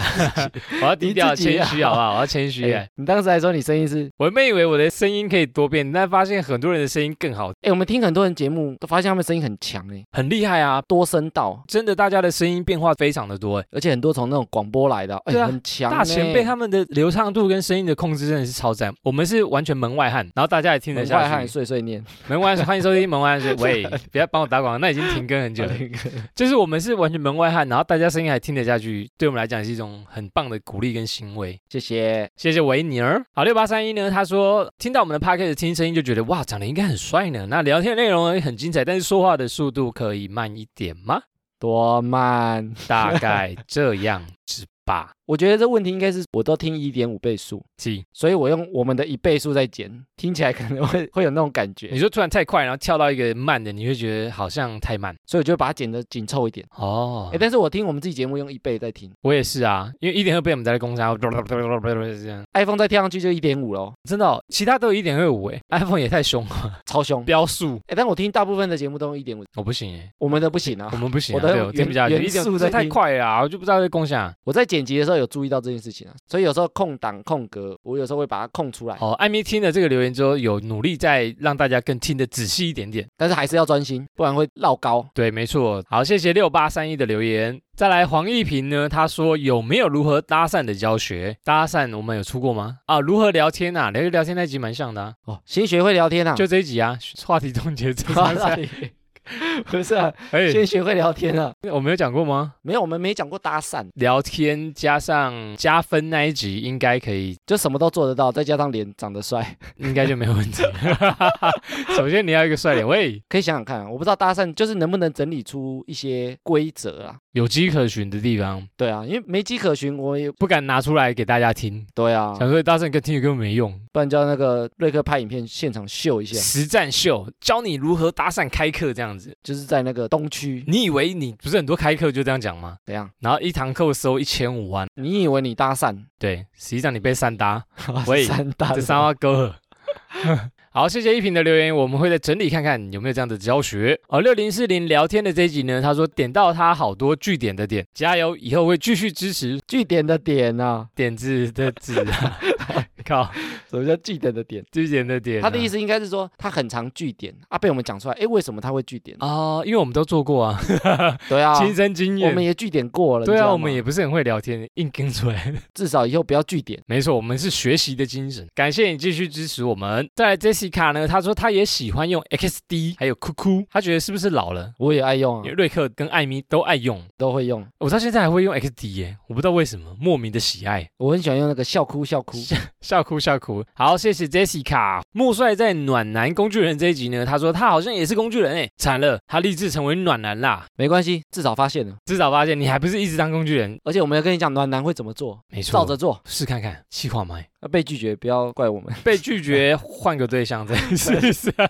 [SPEAKER 1] 我要低调
[SPEAKER 2] 你自己
[SPEAKER 1] 谦
[SPEAKER 2] 啊
[SPEAKER 1] 虚好不好？我要谦虚、哎
[SPEAKER 2] 哎，你当时还说你声音是，
[SPEAKER 1] 我原本以为我的声音可以多变，但发现很多人的声音更好，
[SPEAKER 2] 哎，我们听很多人节目都发现他们声音很强哎，
[SPEAKER 1] 很厉害啊！
[SPEAKER 2] 多声道，
[SPEAKER 1] 真的，大家的声音变化非常的多、哎
[SPEAKER 2] 而且很多从那种广播来的，
[SPEAKER 1] 对啊
[SPEAKER 2] 哎，很强哎。
[SPEAKER 1] 大前辈他们的流畅度跟声音的控制真的是超赞，我们是完全门外汉，然后大家也听得
[SPEAKER 2] 门
[SPEAKER 1] 下
[SPEAKER 2] 外
[SPEAKER 1] 去。
[SPEAKER 2] 汉碎碎念，
[SPEAKER 1] 门外汉，欢迎收听门外汉 是。喂，不要帮我打广告，那已经停更很久了。就是我们是完全门外汉，然后大家声音还听得下去，对我们来讲是一种很棒的鼓励跟欣慰。
[SPEAKER 2] 谢谢。
[SPEAKER 1] 谢谢维尼儿。好，六八三一呢，他说听到我们的 podcast 听声音就觉得哇，长得应该很帅呢。那聊天内容也很精彩，但是说话的 速度可以慢一点吗？
[SPEAKER 2] 多慢，
[SPEAKER 1] 大概这样子吧？
[SPEAKER 2] 我觉得这问题应该是我都听一点五倍速，
[SPEAKER 1] 是，
[SPEAKER 2] 所以我用我们的一倍速在减，听起来可能会会有那种感觉
[SPEAKER 1] 你，说突然太快，然后跳到一个慢的，你会觉得好像太慢
[SPEAKER 2] 所以我就把它减得紧凑一点。
[SPEAKER 1] 哦
[SPEAKER 2] 哎、。但是我听我们自己节目用一倍在听
[SPEAKER 1] 我也是啊，因为一点二倍我们在攻 杀，这样
[SPEAKER 2] ，iPhone 再跳上去就一点五喽，
[SPEAKER 1] 真的、哦，其他都有一点二五哎，iPhone 也太凶了，
[SPEAKER 2] 超凶。
[SPEAKER 1] 标速
[SPEAKER 2] 哎、但我听大部分的节目都用一点五，
[SPEAKER 1] 我不行哎，
[SPEAKER 2] 我们的不行啊
[SPEAKER 1] 我。们不行、啊，
[SPEAKER 2] 我都
[SPEAKER 1] 对
[SPEAKER 2] 用
[SPEAKER 1] 我听不
[SPEAKER 2] 原
[SPEAKER 1] 下去，
[SPEAKER 2] 原
[SPEAKER 1] 一点
[SPEAKER 2] 速
[SPEAKER 1] 这
[SPEAKER 2] 在
[SPEAKER 1] 太
[SPEAKER 2] 听
[SPEAKER 1] 快了啊、我就不知道在攻下。
[SPEAKER 2] 我在剪辑的时候有注意到这件事情啊，所以有时候空档空格，我有时候会把它空出来，
[SPEAKER 1] 哦，艾米听了这个留言之后，有努力在让大家更听得仔细一点点。
[SPEAKER 2] 但是还是要专心，不然会落高。
[SPEAKER 1] 对，没错。好，谢谢六八三一的留言。再来，黄一平呢，他说有没有如何搭讪的教学？搭讪我们有出过吗？啊，如何聊天啊？聊聊天那集蛮像的、啊，
[SPEAKER 2] 哦，先学会聊天啊，
[SPEAKER 1] 就这一集啊，话题终结者 搭讪。
[SPEAKER 2] 不是啊，
[SPEAKER 1] 哎、
[SPEAKER 2] 先学会聊天啊。
[SPEAKER 1] 我没有讲过吗？
[SPEAKER 2] 没有，我们没讲过搭讪，
[SPEAKER 1] 聊天加上加分那一集，应该可以，
[SPEAKER 2] 就什么都做得到，再加上脸长得帅，
[SPEAKER 1] 应该就没有问题。首先你要一个帅脸，喂，
[SPEAKER 2] 可以想想看啊。我不知道搭讪就是能不能整理出一些规则啊。
[SPEAKER 1] 有迹可循的地方，
[SPEAKER 2] 对啊，因为没迹可循，我也
[SPEAKER 1] 不敢拿出来给大家听。
[SPEAKER 2] 对啊，
[SPEAKER 1] 想说搭讪跟听也根本没用，
[SPEAKER 2] 不然叫那个瑞克拍影片现场秀一下，
[SPEAKER 1] 实战秀教你如何搭讪开课这样子。
[SPEAKER 2] 就是在那个东区
[SPEAKER 1] 你以为你不是很多开课就这样讲吗？
[SPEAKER 2] 怎 样？
[SPEAKER 1] 然后一堂课收一千五万，
[SPEAKER 2] 你以为你搭讪？
[SPEAKER 1] 对，实际上你被三搭，喂
[SPEAKER 2] 三搭
[SPEAKER 1] 这三
[SPEAKER 2] 讪。
[SPEAKER 1] 万够了。好，谢谢一平的留言，我们会再整理看看有没有这样的教学。哦，六零四零聊天的这一集呢，他说点到他好多据点的点，加油，以后会继续支持
[SPEAKER 2] 据点的点啊，
[SPEAKER 1] 点子的子、 啊，靠，
[SPEAKER 2] 什么叫据点的点？
[SPEAKER 1] 据点的点啊、
[SPEAKER 2] 他的意思应该是说他很常据点啊，被我们讲出来。哎，为什么他会据点？
[SPEAKER 1] 哦，因为我们都做过啊，
[SPEAKER 2] 对 啊，
[SPEAKER 1] 亲身经
[SPEAKER 2] 我们
[SPEAKER 1] 验。
[SPEAKER 2] 也据点过了。
[SPEAKER 1] 对
[SPEAKER 2] 你知
[SPEAKER 1] 啊，
[SPEAKER 2] 道
[SPEAKER 1] 我们
[SPEAKER 2] 吗
[SPEAKER 1] 也不是很会聊天，硬跟出来。
[SPEAKER 2] 至少以后不要据点。
[SPEAKER 1] 没错，我们是学习的精神，感谢你继续支持我们。再来，Jessica 呢，她说她也喜欢用 XD，还有 QQ，她觉得是不是老了？
[SPEAKER 2] 我也爱用
[SPEAKER 1] 因为
[SPEAKER 2] 啊，
[SPEAKER 1] 瑞克跟艾米都爱用，
[SPEAKER 2] 都会用。
[SPEAKER 1] 我到现在还会用 XD 耶，我不知道为什么，莫名的喜爱，
[SPEAKER 2] 我很喜欢用那个笑哭笑哭。
[SPEAKER 1] 笑哭笑哭。好，谢谢 Jessica。木帅在暖男工具人这一集呢，他说他好像也是工具人哎，惨了，他立志成为暖男啦。
[SPEAKER 2] 没关系，至少发现了。
[SPEAKER 1] 至少发现你还不是一直当工具人，
[SPEAKER 2] 而且我们要跟你讲暖男会怎么做，
[SPEAKER 1] 没错，
[SPEAKER 2] 照着做。
[SPEAKER 1] 试看看，气话麦。
[SPEAKER 2] 啊被拒绝不要 怪我们。
[SPEAKER 1] 被拒绝，换个对象再试 一试，啊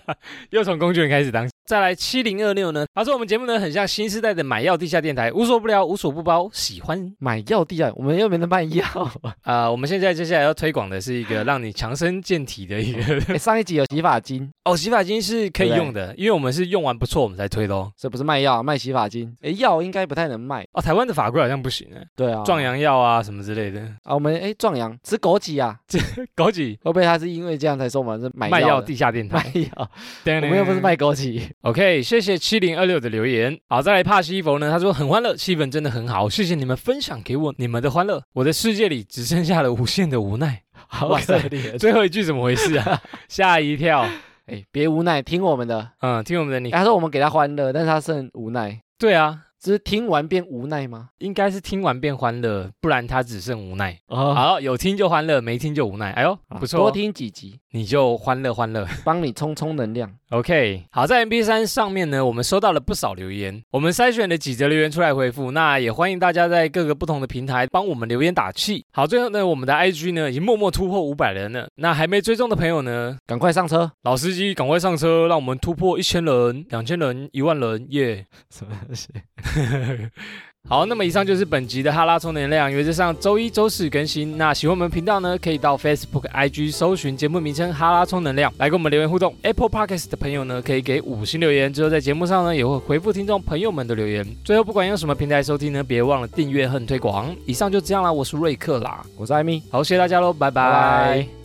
[SPEAKER 1] 又从工具人开始当。再来七零二六呢？他说我们节目呢很像新时代的买药地下电台，无所不聊，无所不包，喜欢。
[SPEAKER 2] 买药地啊，我们又没能卖药。
[SPEAKER 1] 啊！我们现在接下来要推广的是一个让你强身健体的一个
[SPEAKER 2] 诶欸上一集有洗发精，
[SPEAKER 1] 哦，洗发精是可以用的，因为我们是用完不错我们才推的哦。
[SPEAKER 2] 这不是卖药，卖洗发精。哎，药应该不太能卖。
[SPEAKER 1] 哦，台湾的法规好像不行哎，
[SPEAKER 2] 对啊，
[SPEAKER 1] 壮阳药啊什么之类 的。
[SPEAKER 2] 啊，我们哎壮阳吃枸杞啊，
[SPEAKER 1] 枸杞
[SPEAKER 2] 会不会他是因为这样才说我们是买
[SPEAKER 1] 卖
[SPEAKER 2] 药
[SPEAKER 1] 药哎
[SPEAKER 2] 的
[SPEAKER 1] 地下电
[SPEAKER 2] 卖
[SPEAKER 1] 台，
[SPEAKER 2] 药？我们又不是卖枸杞。
[SPEAKER 1] OK，谢谢七零二六的留言。好，再来帕西佛呢，他说很欢乐，气氛真的很好，谢谢你们分享给我你们的欢乐，我的世界里只剩下了无限的无 奈。
[SPEAKER 2] 好
[SPEAKER 1] 哇塞
[SPEAKER 2] 怜。
[SPEAKER 1] 最后一句怎么回事 啊？吓一跳。
[SPEAKER 2] 哎，别无奈，听我们的。
[SPEAKER 1] 嗯，听我们的你
[SPEAKER 2] 诶，他说我们给他欢乐，但是他剩无奈，
[SPEAKER 1] 对啊，
[SPEAKER 2] 只是听完变无奈吗？
[SPEAKER 1] 应该是听完变欢乐，不然他只剩无奈。
[SPEAKER 2] 啊，
[SPEAKER 1] 好，有听就欢乐，没听就无奈。哎呦，不错
[SPEAKER 2] 多
[SPEAKER 1] 哦，
[SPEAKER 2] 听几集，
[SPEAKER 1] 你就欢乐欢乐。
[SPEAKER 2] 帮你充充能量。
[SPEAKER 1] OK，好，在 MP 3上面呢，我们收到了不少留言，我们筛选了几则留言出来回复，那也欢迎大家在各个不同的平台帮我们留言打气。好，最后呢，我们的 IG 呢已经默默突破五百人了，那还没追踪的朋友呢，
[SPEAKER 2] 赶快上车！
[SPEAKER 1] 老司机赶快上车，让我们突破一千人、两千人、一万人，耶、
[SPEAKER 2] 什么东西？
[SPEAKER 1] 好，那么以上就是本集的哈拉充能量，原则上周一、周四更新。那喜欢我们频道呢，可以到 Facebook、IG 搜寻节目名称“哈拉充能量”来跟我们留言互动。Apple Podcast 的朋友呢，可以给五星留言，之后在节目上呢也会回复听众朋友们的留言。最后，不管用什么平台收听呢，别忘了订阅和推广。以上就这样啦，我是瑞克啦，
[SPEAKER 2] 我是艾米。
[SPEAKER 1] 好，谢谢大家喽，拜
[SPEAKER 2] 拜
[SPEAKER 1] 拜
[SPEAKER 2] 拜